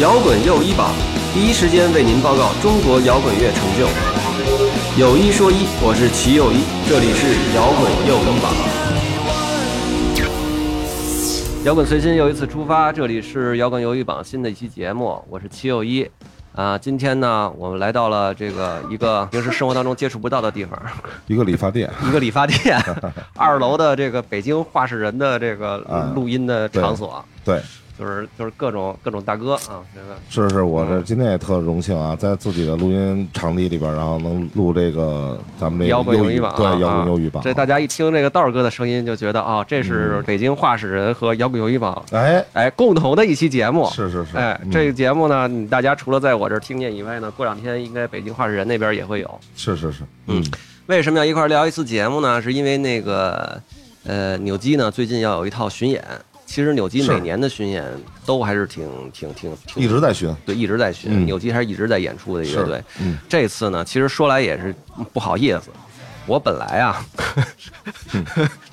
摇滚又一榜，第一时间为您报告中国摇滚乐成就。有一说一，我是齐又一，这里是摇滚又一榜。摇滚随心又一次出发，这里是摇滚又一榜新的一期节目，我是齐又一。啊、今天呢，我们来到了这个一个平时生活当中接触不到的地方， 一个理发店，一个理发 店，二楼的这个北京话事人的这个啊录音的对场所。对，就是就是各种各种大哥啊，这个是是，我嗯这今天也特荣幸啊，在自己的录音场地里边，然后能录这个咱们这个摇滚忧有郁一榜啊，对摇啊滚忧郁榜，嗯这大家一听这个道儿哥的声音，就觉得啊，这是北京话事人和摇滚有一榜哎，哎共同的一期节目。是是是，哎，嗯这个节目呢，你大家除了在我这儿听见以外呢，过两天应该北京话事人那边也会有。是是是，嗯为什么要一块儿聊一次节目呢？是因为那个呃，扭机呢最近要有一套巡演。其实扭机是每年的巡演都还是挺挺挺挺一直在寻，对一直在巡，嗯扭机还是一直在演出的一个乐是队。嗯，这次呢，其实说来也是不好意思，我本来 啊，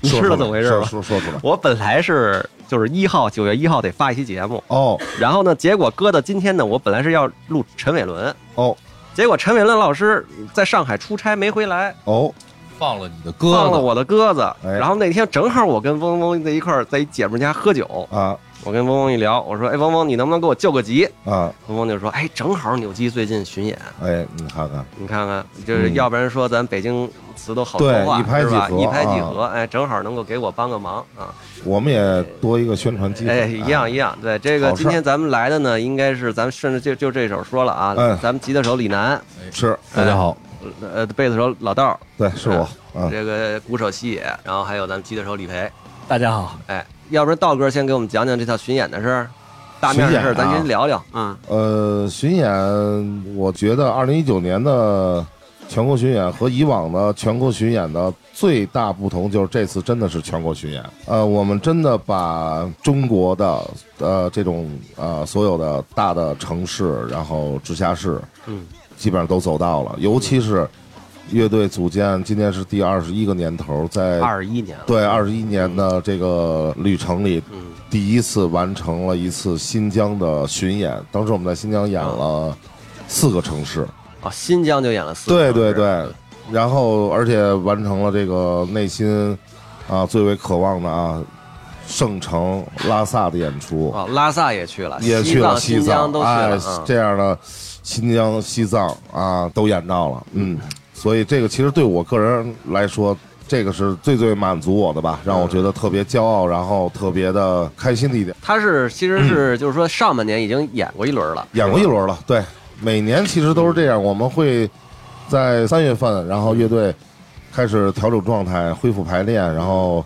你说知道出来怎么回事说吧？说说出来，我本来是就是一号九月一号得发一期节目，哦然后呢，结果搁到今天呢，我本来是要录陈伟伦，哦结果陈伟伦老师在上海出差没回来，哦，放了你的鸽子，放了我的鸽子。哎然后那天正好我跟嗡嗡在一块儿在一姐们家喝酒，啊我跟嗡嗡一聊，我说：“哎，嗡嗡，你能不能给我救个急啊，？”嗡嗡就说：“哎，正好扭机最近巡演，哎，你看看，你看看，就是嗯要不然说咱北京词都好说对话，一拍是吧？即合一拍即啊合，哎，正好能够给我帮个忙啊！我们也多一个宣传机会，哎，一样一样，对这个啊好事今天咱们来的呢，应该是咱们顺着就就这首说了啊，嗯咱们吉他手李楠，哎是，大家好，呃，贝斯手老道儿，对，是我，啊，这个鼓手西野，然后还有咱们吉他手李培，大家好，哎，要不然道哥先给我们讲讲这套巡演的事儿，大面儿的事儿，巡演咱啊先聊聊，嗯，呃，巡演，我觉得二零一九年的全国巡演和以往的全国巡演的最大不同就是这次真的是全国巡演。呃，我们真的把中国的呃这种呃所有的大的城市，然后直辖市，嗯，基本上都走到了，尤其是乐队组建，今年是第二十一个年头，在二一年了，嗯对，二十一年的这个旅程里，嗯第一次完成了一次新疆的巡演。当时我们在新疆演了啊四个城市，哦，新疆就演了四个对城市对，对，然后而且完成了这个内心啊最为渴望的啊圣城拉萨的演出，哦，拉萨也去了，也西去了藏新疆藏，都去哎了，嗯，这样的新疆、西藏啊都演到了，嗯，所以这个其实对我个人来说。这个是最最满足我的吧，让我觉得特别骄傲，然后特别的开心的一点。他是其实嗯是就是说上半年已经演过一轮了，演过一轮了，对，每年其实都是这样，我们会在三月份，然后乐队开始调整状态，恢复排练，然后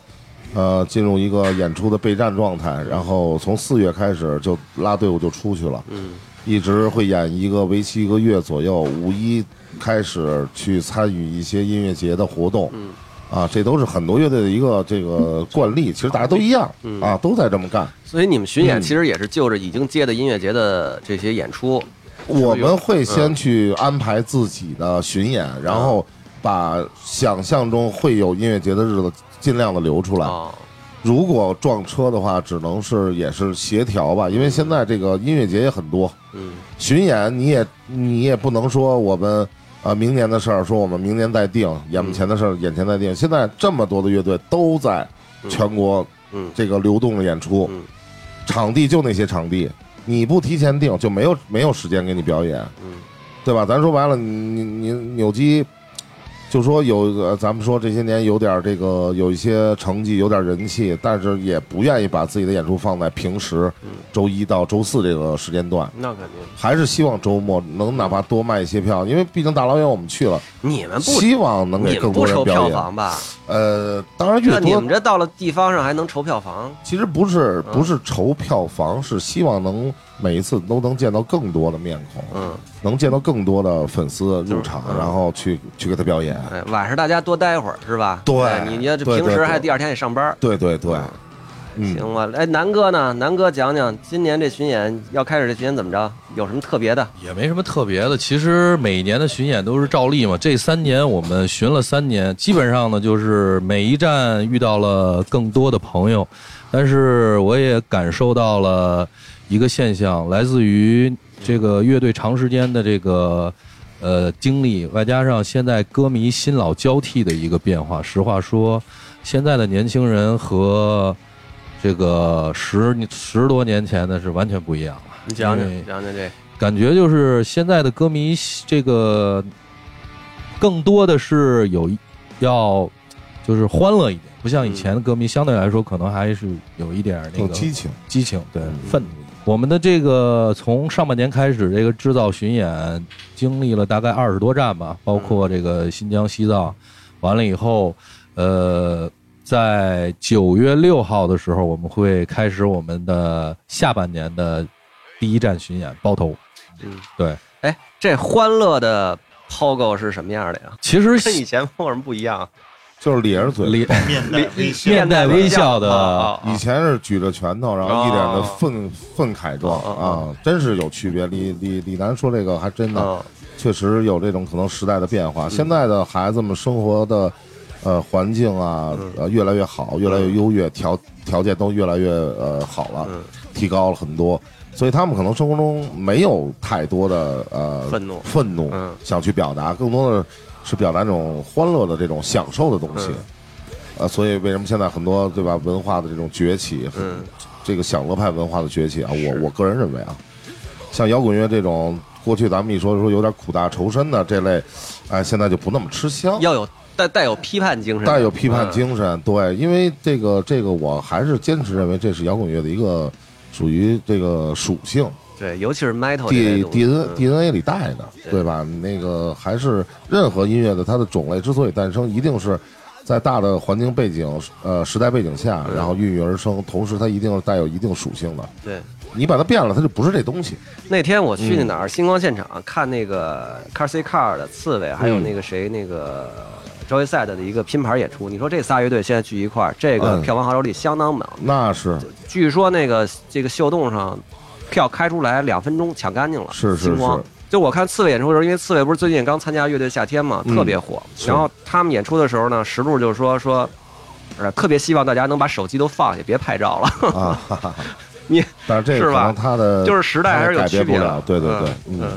呃进入一个演出的备战状态，然后从四月开始就拉队伍就出去了，嗯，一直会演一个为期一个月左右，五一开始去参与一些音乐节的活动，嗯。啊，这都是很多乐队的一个这个惯例，其实大家都一样、嗯啊，都在这么干。所以你们巡演嗯其实也是就着已经接的音乐节的这些演出，我们会先去安排自己的巡演，然后把想象中会有音乐节的日子尽量的留出来。哦，如果撞车的话，只能是也是协调吧，因为现在这个音乐节也很多，嗯，巡演你也你也不能说我们啊、呃明年的事儿说我们明年再定，眼前的事儿眼前再定。现在这么多的乐队都在全国嗯这个流动的演出，嗯场地就那些场地，你不提前定就没有没有时间给你表演，嗯对吧？咱说白了，你你你扭机。就说有，呃咱们说这些年有点这个有一些成绩，有点人气，但是也不愿意把自己的演出放在平时嗯周一到周四这个时间段，那肯定。还是希望周末能哪怕多卖一些票，因为毕竟大老远我们去了，你们嗯不希望能你给们更不多愁人票表演。房吧？呃，当然那越你多们，这到了地方上还能愁票房？其实不是嗯不是愁票房，是希望能每一次都能见到更多的面孔，嗯，能见到更多的粉丝就是入场嗯，然后去去给他表演。哎，晚上大家多待会儿是吧？对哎你你要这对平时对还对第二天得上班。对对对，嗯，行吧，哎，南哥呢？南哥讲讲今年这巡演要开始，这巡演怎么着？有什么特别的？也没什么特别的。其实每年的巡演都是照例嘛，这三年我们巡了三年，基本上呢就是每一站遇到了更多的朋友。但是我也感受到了一个现象，来自于这个乐队长时间的这个呃经历，外加上现在歌迷新老交替的一个变化。实话说，现在的年轻人和这个十十多年前的是完全不一样了。你讲哎因为讲讲讲这，感觉就是现在的歌迷这个更多的是有一要就是欢乐一点，不像以前的歌迷相对来说可能还是有一点那更个激情。激情，对愤怒。我们的这个从上半年开始，这个制造巡演经历了大概二十多站吧，包括这个新疆、西藏，完了以后，呃，在九月六号的时候，我们会开始我们的下半年的第一站巡演包头。嗯，对，哎，这欢乐的 POGO 是什么样的 呀？其实跟以前为什么不一样啊？就是咧着嘴，里 面带微笑，面带微笑的啊啊以前是举着拳头，然后一脸的愤愤慨状哦哦啊，真是有区别。李李李楠说这个还真的，啊确实有这种可能时代的变嗯化。现在的孩子们生活的呃环境啊，嗯呃越来越好，越来越优越，条条件都越来越呃好了嗯，提高了很多，所以他们可能生活中没有太多的呃愤怒愤怒嗯想去表达，更多的是表达这种欢乐的这种享受的东西嗯。呃，所以为什么现在很多对吧文化的这种崛起，嗯，这个享乐派文化的崛起啊，我我个人认为啊，像摇滚乐这种过去咱们一说说有点苦大仇深的这类，哎，现在就不那么吃香，要有带带有批判精神，嗯嗯带有批判神。精神。对，因为这个这个，我还是坚持认为这是摇滚乐的一个属于这个属性对，尤其是 metal 这类 D 东西 D N 嗯 D N A 里带的，对对吧？那个还是任何音乐的它的种类之所以诞生，一定是。在大的环境背景、呃时代背景下，然后孕育而生，同时它一定是带有一定属性的。对。你把它变了，它就不是这东西。那天我去那哪嗯儿星光现场看那个 Car C Car 的刺猬，嗯还有那个谁那个 Joey Side 的一个拼盘演出。你说这仨乐队现在聚一块儿，这个嗯票房号召力相当猛。那 是据说那个这个秀动上票开出来两分钟抢干净了，是是星光是。就我看刺猬演出的时候，因为刺猬不是最近刚参加乐队夏天嘛，嗯特别火。是然后他们演出的时候呢，石柱就说说，呃，特别希望大家能把手机都放下，别拍照 了。啊，哈哈哈你 但是这是个可吧能它的就是时代还是有它改区变别的不了。。对对对，嗯，嗯，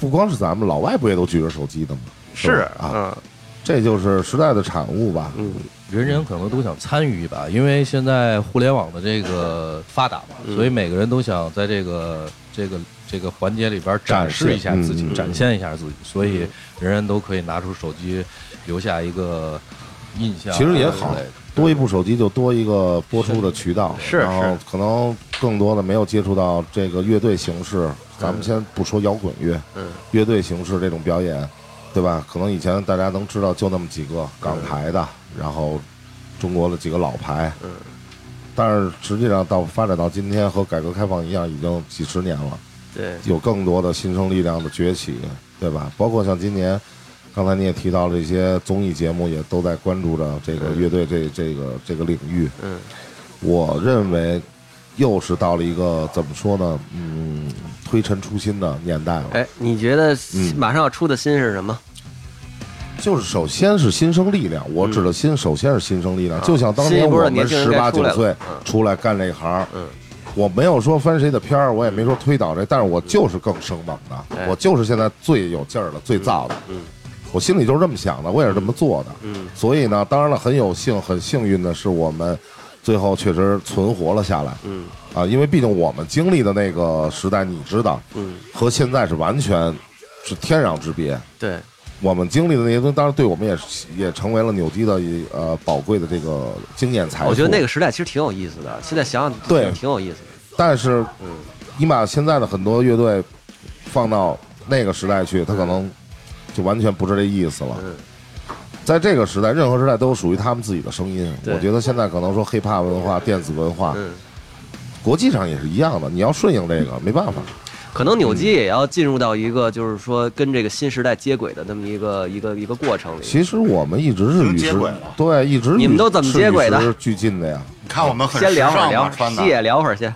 不光是咱们，老外不也都举着手机的吗？是吧啊， 嗯这就是时代的产物吧。嗯。人人可能都想参与一把，因为现在互联网的这个发达嘛，嗯所以每个人都想在这个这个这个环节里边展示一下自己，嗯展现一下自己，所以人人都可以拿出手机，留下一个印象啊。其实也好之类的，多一部手机就多一个播出的渠道，是然后是可能更多的没有接触到这个乐队形式。咱们先不说摇滚乐，嗯，乐队形式这种表演，对吧？可能以前大家能知道就那么几个港台的，然后中国的几个老牌，嗯，但是实际上到发展到今天和改革开放一样，已经几十年了。对，有更多的新生力量的崛起，对吧？包括像今年，刚才你也提到了一些综艺节目，也都在关注着这个乐队这这个这个领域。嗯，我认为又是到了一个怎么说呢？嗯，推陈出新的年代了。哎，你觉得嗯马上要出的新是什么？就是首先是新生力量，我指的新，首先是新生力量，就像当新年一波的我年们轻人十该八出九来了岁嗯出来干这个行，嗯，我没有说翻谁的片儿，我也没说推倒谁，但是我就是更生猛哎的，我就是现在最有劲儿的、最燥的，嗯，我心里就是这么想的，我也是这么做的，嗯，所以呢，当然了，很有幸、很幸运的是，我们最后确实存活了下来，嗯啊，因为毕竟我们经历的那个时代，你知道，嗯，和现在是完全是天壤之别，对，我们经历的那些东西，当然对我们也是也成为了纽基的一呃宝贵的这个经验财富。我觉得那个时代其实挺有意思的，现在想想对挺有意思的。但是嗯你把现在的很多乐队放到那个时代去，它可能就完全不是这意思了。嗯在这个时代，任何时代都属于他们自己的声音。对我觉得现在可能说 hiphop 文化、电子文化，嗯，国际上也是一样的。你要顺应这个，没办法。嗯可能扭机嗯也要进入到一个就是说跟这个新时代接轨的那么一个一个一个过程里。其实我们一直是与已经接时轨了对，一直你们与都怎么接轨的是与时俱进的呀。你看我们很先时聊会儿，尚聊嘛，会儿，穿的谢聊会儿先。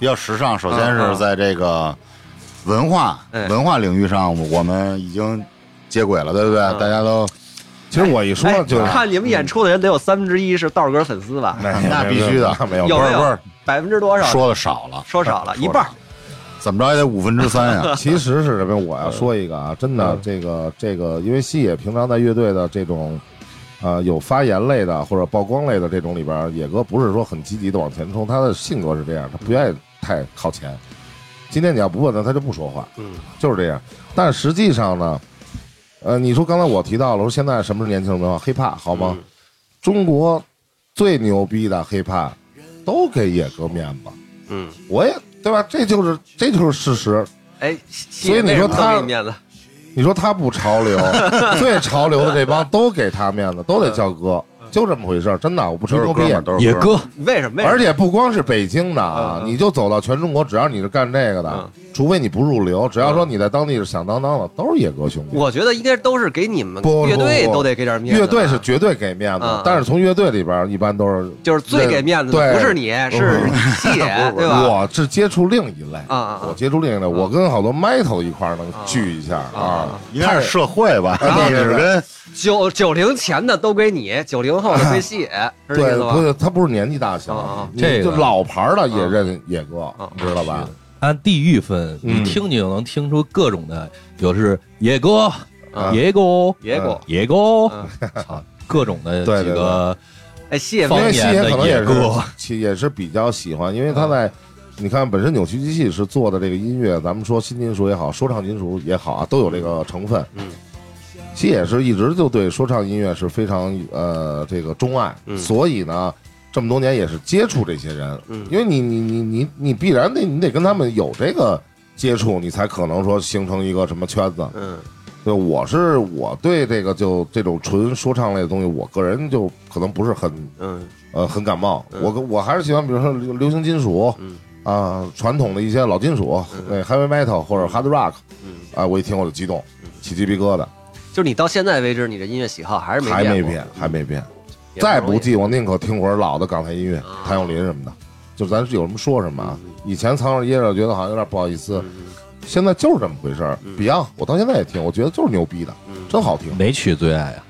比较时尚。首先嗯嗯是在这个文化哎文化领域上，我们已经接轨了，对不对嗯？大家都其实我一说哎就是，嗯看你们演出的人得有三分之一是道哥粉丝吧？没有那必须的，没有。有不没是不有是，百分之多少？说的少了，说少了一半儿，怎么着也得五分之三 呀其实是什么？我要说一个啊，真嗯的，这个这个，因为西野平常在乐队的这种，呃，有发言类的或者曝光类的这种里边儿，野哥不是说很积极的往前冲，他的性格是这样，他不愿意太靠前。今天你要不问他，他就不说话，嗯，就是这样。但实际上呢，呃，你说刚才我提到了，说现在什么是年轻人文化？hiphop 好吗？嗯中国最牛逼的 hiphop 都给野哥面子，嗯，我也对吧？这就是这就是事实。哎，西所以西你为什说么他这么给你面子，你说他不潮 流，最潮流的这帮都给他面子，都得叫哥，嗯就这么回事儿，真的，我不吹都牛是哥逼们儿，。都是野哥们儿哥，为什么？为什而么且不光是北京的啊，嗯嗯嗯你就走到全中国，只要你是干这个的，除非你不入流，只要说你在当地是响当当的，都是野哥兄弟。我觉得应该都是给你们不乐队不不都得给点面子吧，啊乐队是绝对给面子，嗯嗯但是从乐队里边儿一般都是就是最给面子的，对不是你是 西野，对吧？我是接触另一类啊啊啊我接触另一类，我跟好多 metal 一块儿能聚一下啊啊，应该是社会吧？啊你对是对跟九九零前的都给你，九零后的归 西野，是这意思啊对，不吗？是他不是年纪大小，啊啊你这个就老牌儿的也认野哥，啊你知道吧？按地域分，嗯你听你就能听出各种的，有是野哥、啊野狗、野果，野狗，嗯啊，各种 的对几对个嗯哎，西野因方为西野可能也方言的野哥啊是也是比较喜欢，因为他在。你看，本身扭曲机器是做的这个音乐，咱们说新金属也好，说唱金属也好啊，都有这个成分。嗯，西野是一直就对说唱音乐是非常呃这个钟爱，嗯所以呢，这么多年也是接触这些人，嗯因为你你你你你必然得你得跟他们有这个接触，你才可能说形成一个什么圈子。嗯对，我是我对这个就这种纯说唱类的东西，我个人就可能不是很嗯呃很感冒。嗯我跟我还是喜欢，比如说流流行金属，嗯啊，传统的一些老金属，嗯对 heavy metal 或者 hard rock，嗯，啊，我一听我就激动嗯，起鸡皮疙瘩，就是你到现在为止，你的音乐喜好还是还没没变变，过，嗯还没变。也再不容不易济，我宁可听会儿老的港台音乐啊，谭咏麟什么的，就咱是有什么说什么啊。嗯以前藏着掖着，觉得好像有点不好意思，嗯现在就是这么回事儿。嗯 Beyond，我到现在也听，我觉得就是牛逼的，嗯真好听。哪曲最爱啊？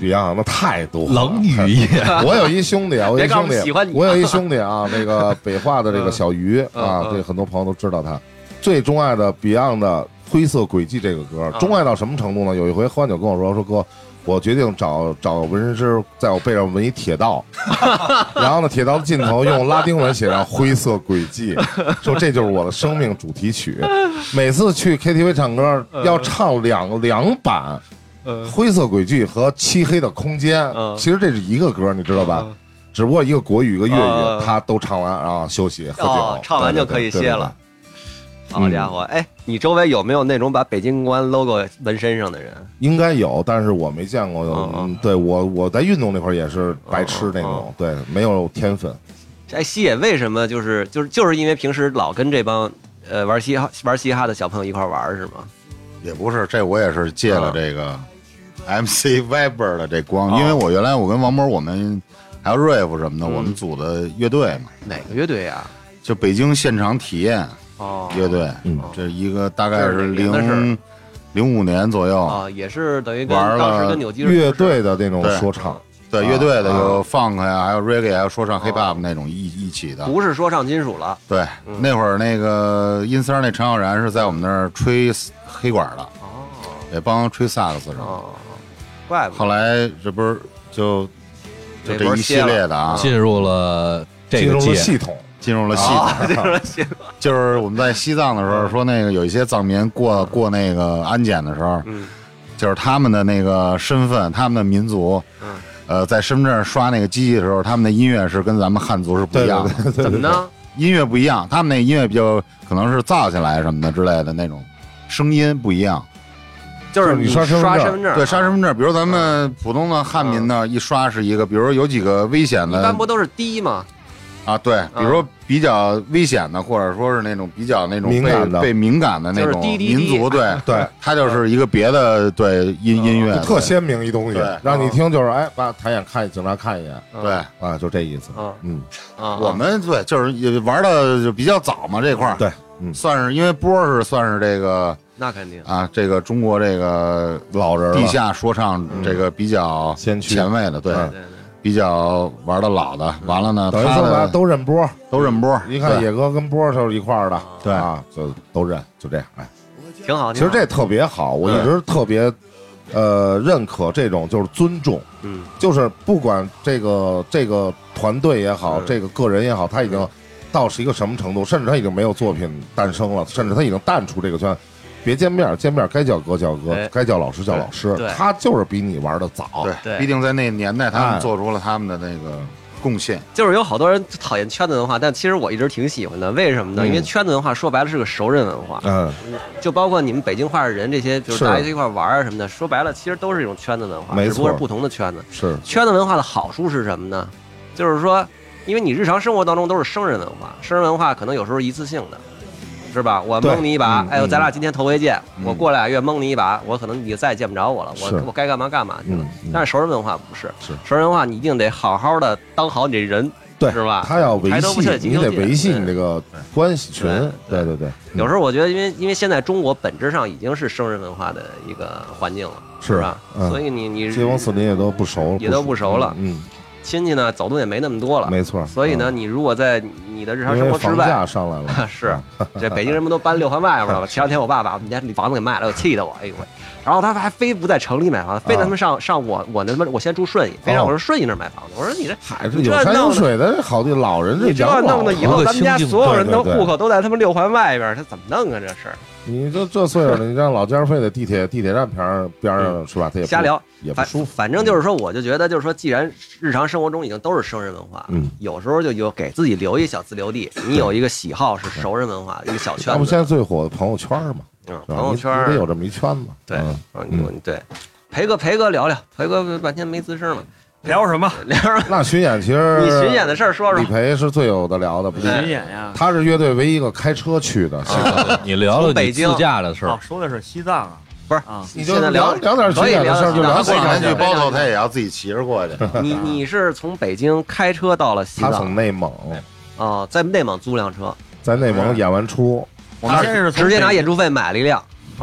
Beyond 那太多了，冷雨夜， 我有一兄弟啊，我有 一别告诉兄我弟，喜欢你我有一兄弟啊， 那个北化的这个小鱼嗯啊，嗯这很多朋友都知道他，最钟爱的 Beyond 的《灰色轨迹》这个歌，嗯钟爱到什么程度呢？有一回喝完酒跟我说，说哥。我决定找找纹身师，在我背上纹一铁道，然后呢，铁道的尽头用拉丁文写上“灰色轨迹”，说这就是我的生命主题曲。每次去 KTV 唱歌，要唱两两版，嗯灰色轨迹和漆黑的空间嗯，其实这是一个歌，你知道吧嗯？只不过一个国语，一个粤嗯语，他都唱完然后休息喝哦酒，，唱完就可以歇了。好家伙，哎，你周围有没有那种把北京国安 logo 纹身上的人？对。对对应该有，但是我没见过有嗯。嗯嗯对我，我在运动那块儿也是白痴那种，对，没有天分。哎，西野为什么就是就是就是因为平时老跟这帮呃玩嘻哈玩嘻哈的小朋友一块玩儿是吗？也不是，这我也是借嗯了这个 MC Weber 的这哦光，因为我原来我跟王波我们还有 Rave 什么的，嗯我们组的乐队嘛，哪个乐队呀？就北京现场体验哦，乐队，嗯这一个大概这是是哪年的事儿零零五年左右，啊，也是等于跟玩了当时跟扭机是乐队的那种对说唱，对啊乐队的有 funk 呀，还有 reggae，还有说唱哦 hip hop 那种一一起的，不是说唱金属了对嗯，那会儿那个阴三儿那陈浩然是在我们那儿吹黑管的，哦也帮吹萨克斯什么哦，怪的。不后得来这不是就就这一系列的啊，进入了这进个入了界，系统。进入了系统。 啊，这嗯种行就是我们在西藏的时候说，那个有一些藏民过过那个安检的时候，嗯就是他们的那个身份，他们的民族，嗯，呃，在身份证刷那个机器的时候，他们的音乐是跟咱们汉族是不一对样的，对对对，怎么呢？音乐不一样，他们那音乐比较可能是造起来什么的之类的那种。声音不一样，就是啊就是你刷刷身份证身份证，对，刷身份证，比如咱们普通的汉民呢，一刷是一个，比如有几个危险一般的不嗯都是低吗？啊，对，比如说比较危险的，或者说是那种比较那种敏感的被被敏感的那种就是滴滴滴民族，对，对，它就是一个别的对音音乐就的特鲜明一东西对，让你听就是哎，把抬眼看警察看一眼对。啊啊，就这意思。啊嗯，啊，我们对就是也玩的就比较早嘛这块儿，对，嗯算是因为波儿是算是这嗯个那肯定。啊，这个中国这个老人地了，下说唱这个比较先驱嗯前卫的，对，对对，比较玩的老的。完了呢，等于他说大家的都认波。都认波，一看对野哥跟波是一块儿的，对啊啊，就都认，就这样。哎，挺好。其实挺好这特别好，我对一直特别呃认可这种就是尊重，嗯，就是不管这个这个团队也好，嗯这个个人也好，他已经到是一个什么程度，甚至他已经没有作品诞生了，甚至他已经淡出这个圈。别见面，见面该叫哥叫哥哎，该叫老师叫老师对，他就是比你玩的早。对对，毕竟在那个年代，他哎们做出了他们的那个贡献。就是有好多人讨厌圈子文化，但其实我一直挺喜欢的。为什么呢？嗯因为圈子文化说白了是个熟人文化，嗯，就包括你们北京话的人这些，就是是大家一块玩啊什么的，说白了其实都是一种圈子文化，没只不过是错不同的圈子。是圈子文化的好处是什么呢？就是说，因为你日常生活当中都是生人文化，生人文化可能有时候一次性的，是吧？我对蒙你一把嗯，哎呦，嗯咱俩今天头回见，嗯我过俩月蒙你一把，我可能你再也见不着我了，是我我该干嘛干嘛去了嗯嗯。但是熟人文化不是是，嗯熟人文化你一定得好好的当好你这人，对是吧？他要维抬头不系见，低你头得见维系你对这个关系群对。对对对对，有时候我觉得，因为因为现在中国本质上已经是生人文化的一个环境了，是吧？嗯所以你你街坊四邻也都不熟，也都不熟了嗯，亲戚呢走动也没那么多了，没错。所以呢，嗯，你如果在你的日常因生为活之房外，价嗯上 来了，是这北京人不都搬六环外边 了吗？前两天我爸把我们家房子给卖了，我气得我，哎呦喂！然后他还非不在城里买房子，非他妈嗯上上我我那他妈我先住顺义，非让我说顺义那儿买房子。我说你这哦嗨，哎这你有这山有弄的水的好地老人，你这养老弄的以后，图个咱们家清静所有人的对对对户口都在他妈六环外边，他怎么弄啊？这事儿你这这岁数了，你让老家非得地铁地铁站边儿边儿上是吧？他也嗯不瞎聊，哎也不反舒服。嗯反正就是说，我就觉得就是说，既然日常生活中已经都是生人文化，嗯，有时候就有给自己留一小自留地，你有一个喜好是熟人文化，一个小要圈不现子，在最火的朋友圈嘛，嗯，是吧朋友啊你圈你儿得有这么一圈子。对，嗯啊，你我对，裴哥裴哥聊聊，裴哥半天没吱声了， 聊什么？聊什么？那巡演其实 你巡演的事儿说李说， 培是最有的聊的，不对啊是？巡演呀？他是乐队唯一一个开车去的， 你聊聊从北你京自驾的事哦儿，，说的是西藏啊，不是啊，你就现在聊聊聊点巡可以演的事儿，就聊聊聊他过两巡天演去的事儿包头，他也要自己骑着过去。你你是从北京开车到了西他藏从内蒙，哦，在内蒙租辆车，在内蒙演完出，我们先是从直接拿北演出费买了一辆，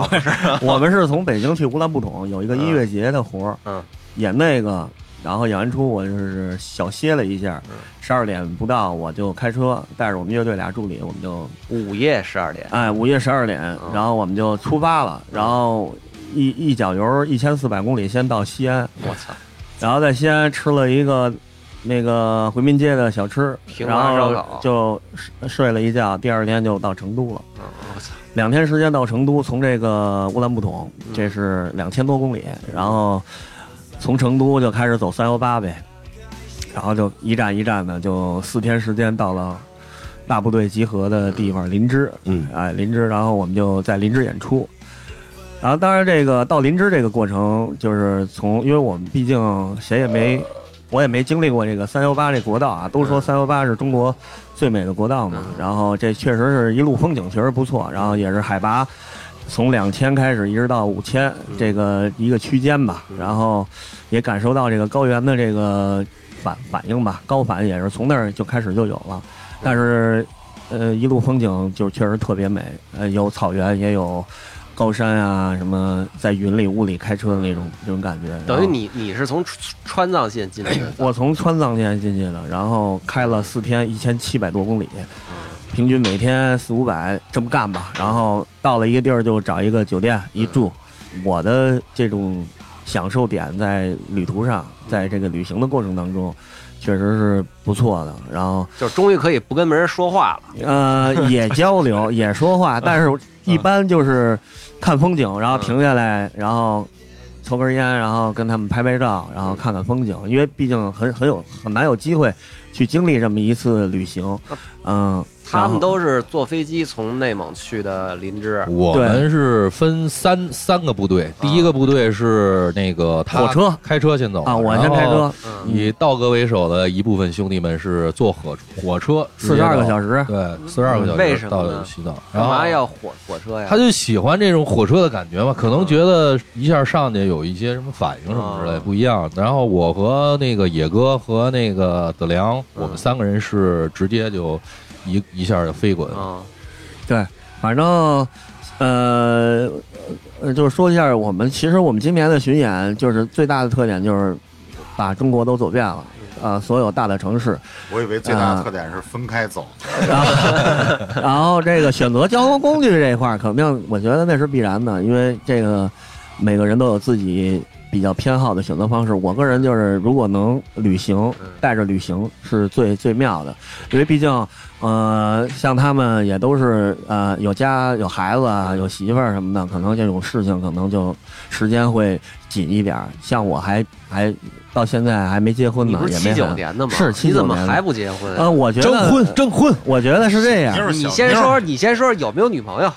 我们是从北京去乌兰布统，有一个音乐节的活儿，嗯，演那个，然后演完出我就是小歇了一下，十二点不到我就开车带着我们乐队俩助理，我们就午夜十二点，哎午夜十二点，然后我们就出发了，然后一一脚油一千四百公里先到西安，我操，然后在西安吃了一个那个回民街的小吃，平然麻烧烤后就睡睡了一觉，第二天就到成都了。嗯我操，嗯两天时间到成都，从这个乌兰布统，这是两千多公里，然后从成都就开始走三幺八呗，然后就一站一站的，就四天时间到了大部队集合的地方林芝，嗯，哎，林芝，然后我们就在林芝演出。然后，当然，这个到林芝这个过程，就是从，因为我们毕竟谁也没，我也没经历过这个三幺八这国道啊。嗯都说三幺八是中国最美的国道嘛，然后这确实是一路风景确实不错，然后也是海拔从两千开始一直到五千嗯这个一个区间吧，然后也感受到这个高原的这个反反应吧，高反也是从那儿就开始就有了，但是呃，一路风景就确实特别美，呃，有草原，也有高山啊，什么在云里雾里开车的那种那种感觉。等于然后你你是从川川藏线进来 的，我从川藏线进去的，然后开了四天，一千七百多公里，平均每天四五百，这么干吧。然后到了一个地儿就找一个酒店一住。我的这种享受点在旅途上，在这个旅行的过程当中，确实是不错的。然后就是终于可以不跟没人说话了，呃，也交流，也说话，但是一般就是看风景，然后停下来，然后抽根烟，然后跟他们拍拍照，然后看看风景，因为毕竟很很有很难有机会去经历这么一次旅行，嗯，他然后们都是坐飞机从内蒙去的林哦芝，我们是分三三个部队，第一个部队是那个他啊火车开车先走啊，我先开车，嗯，以道哥为首的一部分兄弟们是坐火火车四十二个小时，时，嗯对，四十二个小时为什么到呢西藏，干然后嘛要火火车呀？他就喜欢这种火车的感觉嘛，可能觉得一下上去有一些什么反应什么之类嗯不一样。然后我和那个野哥和那个子良，嗯我们三个人是直接就一一下就飞滚，嗯，反正呃，呃就是说一下我们，其实我们今年的巡演就是最大的特点就是把中国都走遍了，啊，所有大的城市，我以为最大的啊特点是分开走，然后， 然后这个选择交通工具这一块儿，肯定我觉得那是必然的，因为这个每个人都有自己比较偏好的选择方式。我个人就是，如果能旅行，带着旅行是最最妙的，因为毕竟，呃，像他们也都是呃有家有孩子啊，有媳妇儿什么的，可能这种事情可能就时间会紧一点儿。像我还还到现在还没结婚你呢不，是嗯也七没九孩子年的吗？是你怎79么年的还不结婚？呃，我觉得征婚，征婚，我觉得是这样。就是哎你小先妞说儿说，你先说说有没有女朋友？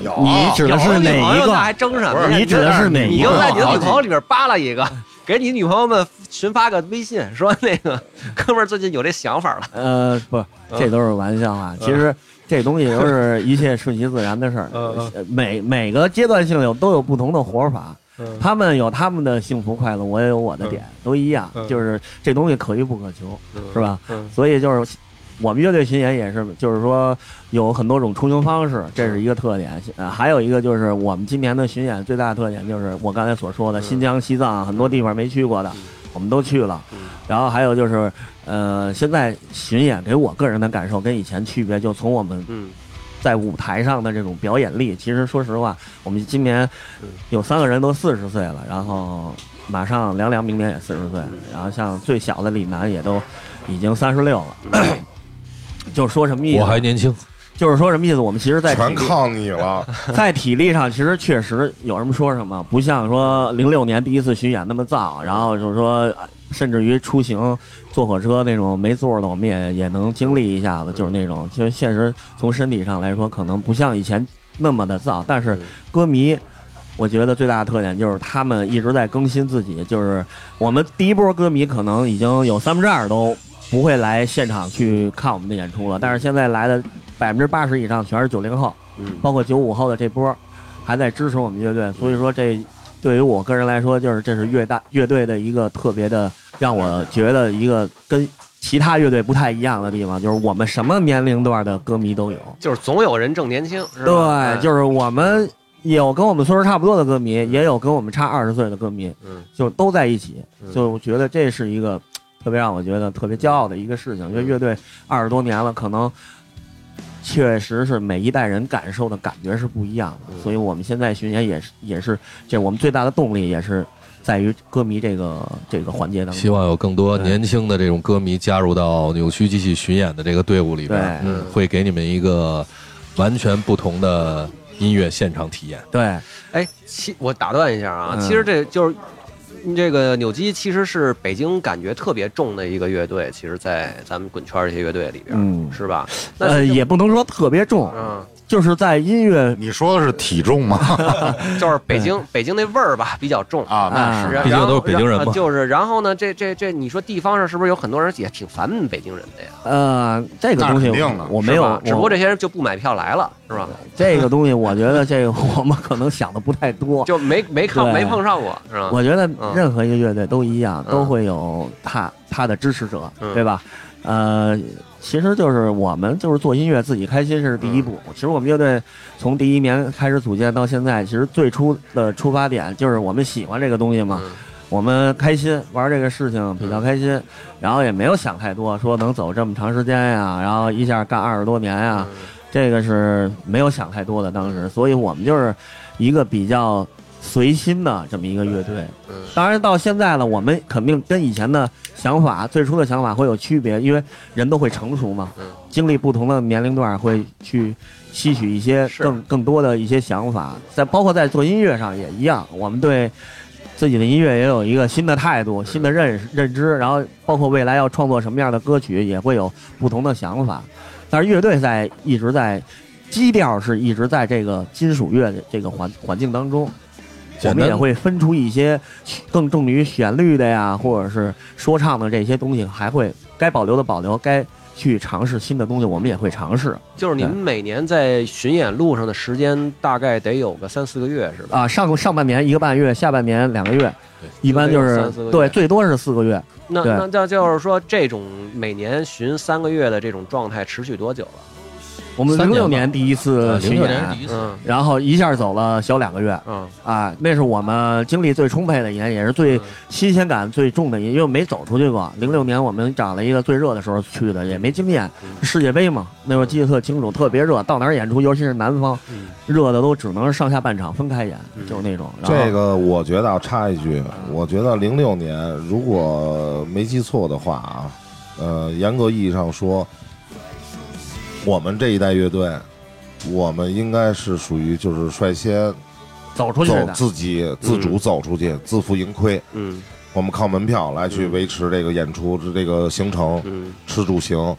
有你指的是有女哪朋一友那还个？争什不么是呀？你指的是哪你一就个？啊在你的女朋友里边扒拉一个，给你女朋友们群发个微信，说那个 哥们儿最近有这想法了。呃，不，嗯这都是玩笑啊。其实这东西都是一切顺其自然的事儿呃嗯。每每个阶段性有都有不同的活法，嗯他们有他们的幸福快乐，我也有我的点，都一样。嗯就是这东西可遇不可求，是吧？所以就是。我们乐队巡演也是，就是说有很多种出行方式，这是一个特点。呃，还有一个就是我们今年的巡演最大的特点就是嗯我刚才所说的新疆、西藏很多地方没去过的，我们都去了。然后还有就是，呃，现在巡演给我个人的感受跟以前区别，就从我们嗯，在舞台上的这种表演力。其实说实话，我们今年有三个人都四十岁了，然后马上凉凉明年也四十岁，然后像最小的李楠也都已经三十六了。 就说什么意思？我还年轻，就是说什么意思？我们其实在体全力靠你了。在体力上，其实确实有什么说什么，不像说零六年第一次巡演那么燥，然后就是说，甚至于出行坐火车那种没座的，我们也也能经历一下子，就是那种，其实现实从身体上来说，可能不像以前那么的燥，但是歌迷。我觉得最大的特点就是他们一直在更新自己，就是我们第一波歌迷可能已经有三分之二都不会来现场去看我们的演出了，但是现在来的百分之八十以上全是九零后，包括九五后的这波，还在支持我们乐队，所以说这对于我个人来说，就是这是乐大乐队的一个特别的，让我觉得一个跟其他乐队不太一样的地方，就是我们什么年龄段的歌迷都有，就是总有人正年轻，是吧？哎对，就是我们有跟我们岁数差不多的歌迷，也有跟我们差二十岁的歌迷，嗯就都在一起嗯，就我觉得这是一个特别让我觉得特别骄傲的一个事情，嗯因为乐队二十多年了，可能确实是每一代人感受的感觉是不一样的，嗯所以我们现在巡演也是也是这我们最大的动力也是在于歌迷这个这个环节当希中。望有更多对年轻的这种歌迷加入到扭曲机器巡演的这个队伍里边对，嗯会给你们一个完全不同的音乐现场体验。对，哎，其我打断一下啊，嗯其实这就是这个扭机，其实是北京感觉特别重的一个乐队，其实，在咱们滚圈儿这些乐队里边，嗯是吧？那呃，也不能说特别重，嗯，就是在音乐你说的是体重吗？就是北京北京那味儿吧，比较重。啊，那啊是然毕竟都是北京人然嘛后就是，然后呢，这这这，你说地方上是不是有很多人也挺烦北京人的呀？呃这个那东西肯定的我，我没是有吧，只不我过这些人就不买票来了，是吧？这个东西，我觉得这个我们可能想的不太多。就没没看对没碰上过，是吧？我觉得嗯任何一个乐队都一样，嗯都会有他他的支持者，嗯对吧？呃，其实就是我们就是做音乐自己开心是第一步。嗯其实我们乐队从第一年开始组建到现在，其实最初的出发点就是我们喜欢这个东西嘛，嗯我们开心玩这个事情比较开心，然后也没有想太多，说能走这么长时间呀，然后一下干二十多年呀。嗯这个是没有想太多的，当时，所以我们就是一个比较随心的这么一个乐队。嗯当然到现在了，我们肯定跟以前的想法、最初的想法会有区别，因为人都会成熟嘛嗯，经历不同的年龄段会去吸取一些是更更多的一些想法，在包括在做音乐上也一样，我们对。自己的音乐也有一个新的态嗯度、新的认识认知，然后包括未来要创作什么样的歌曲，也会有不同的想法。但是乐队在一直在基调是一直在这个金属乐的这个环环境当中，我简们单啊也会分出一些更重于旋律的呀，或者是说唱的这些东西，还会该保留的保留，该去尝试新的东西，我们也会尝试就是你们每年在巡演路上的时间大概得有个三四个月，是吧？啊。上上半年一个半月，下半年两个月，一般就有是三四个月对，最多是四个月。那对那那就是说，这种每年巡三个月的这种状态持续多久了？我们三年零吧啊六年第一次呃巡零六年是演第，一次，嗯然后一下走了小两个月嗯，啊，那是我们精力最充沛的一年，也是最新鲜感最重的一年，因为没走出去过。零六年我们找了一个最热的时候去的，也没经验，嗯世界杯嘛，那会儿记得特清楚，特别热，到哪儿演出，尤其是南方，嗯热的都只能上下半场分开演，嗯就是那种。然后这个我觉得啊，插一句，我觉得零六年如果没记错的话啊，呃，严格意义上说，我们这一代乐队，我们应该是属于就是率先走出去走的，自己自主走出去，自负盈亏。嗯我们靠门票来去维持这个演出这个行程，嗯吃住行。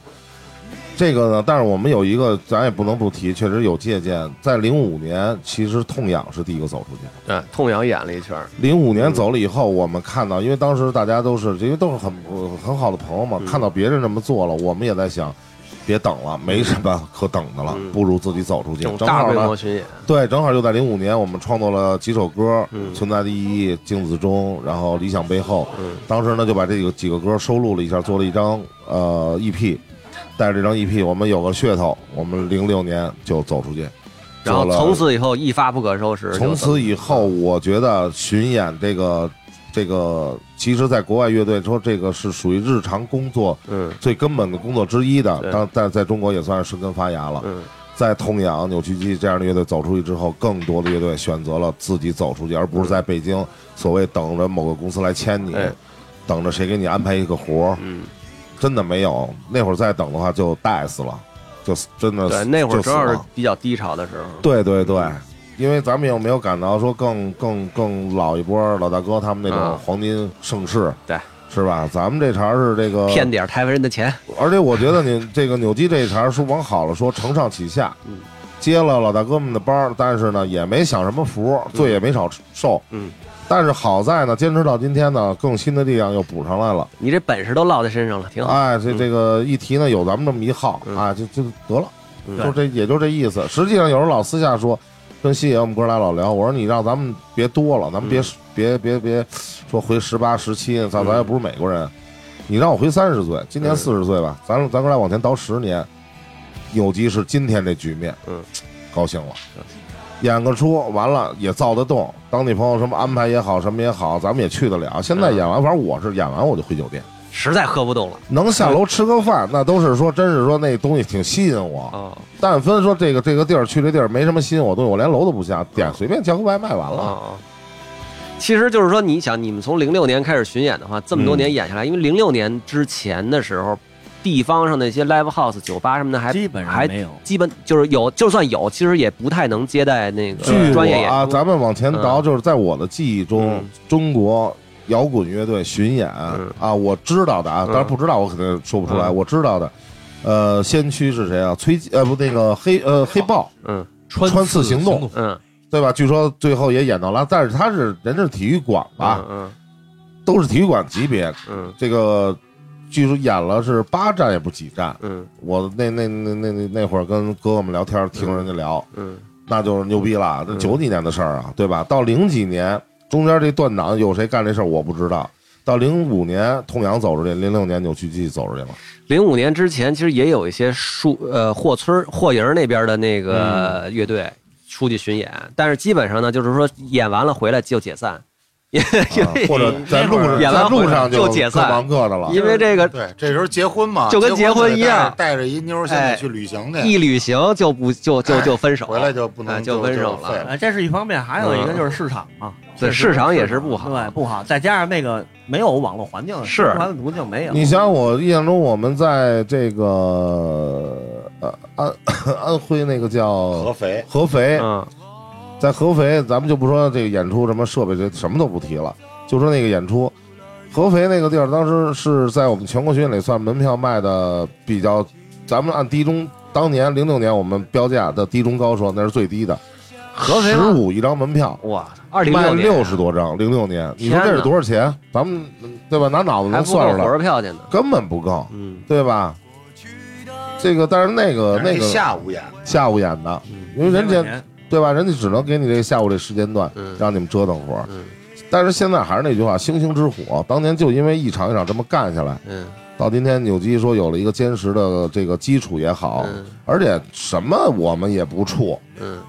这个呢，但是我们有一个，咱也不能不提，确实有借鉴。在零五年，其实痛痒是第一个走出去的。对，痛痒演了一圈儿，零五年走了以后，我们看到，因为当时大家都是因为都是很呃很好的朋友嘛，嗯看到别人这么做了，我们也在想，别等了，没什么可等的了嗯，不如自己走出去这。种正大好规呢模，巡演，对，正好就在零五年，我们创作了几首歌，嗯存在的意义》《镜子中》，然后《理想背后》。嗯当时呢，就把这个几个歌收录了一下，做了一张呃 EP。带着这张 EP，我们有个噱头，我们零六年就走出去，然后做了从此以后一发不可收拾，从此以后，嗯我觉得巡演这个这个，其实，在国外乐队说这个是属于日常工作嗯最根本的工作之一的对，但但在中国也算是生根发芽了。嗯在痛痒、扭曲机这样的乐队走出去之后，更多的乐队选择了自己走出去，而不是在北京所谓等着某个公司来签你嗯哎，等着谁给你安排一个活儿，嗯，真的没有。那会儿再等的话就大死了，就真的对，那会儿就死正好是了比较低潮的时候，对对对，因为咱们也没有赶到说更更更老一波老大哥他们那种啊黄金盛世，对，是吧？咱们这茬儿是这个骗点儿台湾人的钱，而且我觉得你 这个扭机这一茬儿说往好了说承上启下，嗯接了老大哥们的班儿，但是呢也没享什么福，罪也没少受，嗯，但是好在呢坚持到今天呢，更新的力量又补上来了。你这本事都落在身上了，挺好。哎，这嗯这个一提呢，有咱们这么一号嗯啊，就就得了，嗯就这也就这意思。实际上有时候老私下说，跟西野我们哥俩老聊，我说你让咱们别多了，咱们别、别别别说回十八十七，咱咱又不是美国人，你让我回三十岁，今年嗯四十岁吧，咱咱哥俩往前倒十年，有机是今天这局面，嗯，高兴了是。演个出完了也造得动，当地朋友什么安排也好，什么也好，咱们也去得了。现在嗯演完，反正我是演完我就回酒店。实在喝不动了。能下楼吃个饭，那都是说，真是说那东西挺吸引我。哦但分说这个这个地儿去这地儿没什么吸引我的东西，我连楼都不下，点随便叫个外卖完哦了。哦，其实就是说，你想，你们从零六年开始巡演的话，这么多年演下来，因为零六年之前的时候，地方上那些 live house、酒吧什么的还基本上还没有。基本就是有，就算有，其实也不太能接待那个据专业我演啊，出咱们往前倒，就是在我的记忆中嗯，中国摇滚乐队巡演嗯啊，我知道的啊，嗯当然不知道我肯定说不出来，嗯我知道的。呃，先驱是谁啊？崔健呃不那个黑呃黑豹嗯穿穿刺行动嗯对吧？据说最后也演到了，但是他是人是体育馆吧，嗯都是体育馆级别，嗯这个据说演了是八站也不几站。嗯我那那那那那那会儿跟哥哥们聊天，听人家聊，嗯那就是牛逼了。这嗯九几年的事儿啊，对吧？到零几年中间这断档，有谁干这事儿我不知道。到零五年痛痒走出去，零六年扭曲机走出去 了。零五年之前，其实也有一些书呃霍村儿霍营儿那边的那嗯个乐队出去巡演，但是基本上呢，就是说演完了回来就解散， 因啊为或者在路上，演完在路回来上就解各散忙各的了。因为这个对，这时候结婚嘛，就跟结婚得一样带带着一妞儿现哎在去旅行一去，旅行就不就就就分手，回来就不能哎就分手就废了。哎，这是一方面，还有一个就是市场嘛，嗯对确实市场也是不好对，不好，再加上那个没有网络环境，是宣传途径没有，你想，我印象中我们在这个呃安 安徽那个合叫肥，合肥，嗯在合肥，咱们就不说这个演出什么设备，这什么都不提了，就说那个演出，合肥那个地儿，当时是在我们全国巡演里算门票卖的比较，咱们按低中，当年零六年我们标价的低中高说，那是最低的，合肥十吗五一张门票，哇，二零啊卖了六六十多张，零六年，你天说哪这是多少钱？咱们对吧？拿脑子还能不够算出火来，车票钱呢。根本不够，嗯对吧？这个，但是那个呃那但是个下午演，下午演的，嗯因为人家对吧？人家只能给你这下午这时间段，嗯让你们折腾会儿。嗯但是现在还是那句话，星星之火，当年就因为一场一场这么干下来，嗯，到今天纽基说有了一个坚实的这个基础也好，嗯而且什么我们也不怵，嗯，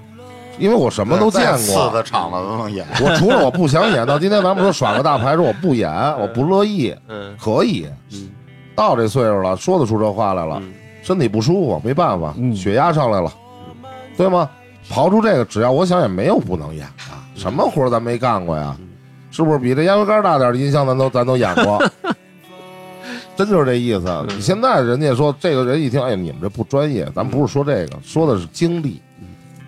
因为我什什么都见 次过的。场子都能演。我除了我不想演，到今天咱们说耍个大牌，说我不演，我不乐意，嗯可以。嗯到这岁数了，说得出这话来了，嗯身体不舒服，没办法，嗯血压上来了，对吗？刨出这个，只要我想演，没有不能演的，什么活儿咱没干过呀嗯？是不是比这烟灰缸大点儿的音箱咱都咱都演过？ 真就是这意思。嗯你现在人家说这个人一听，哎，你们这不专业，咱不是说这个，说的是经历。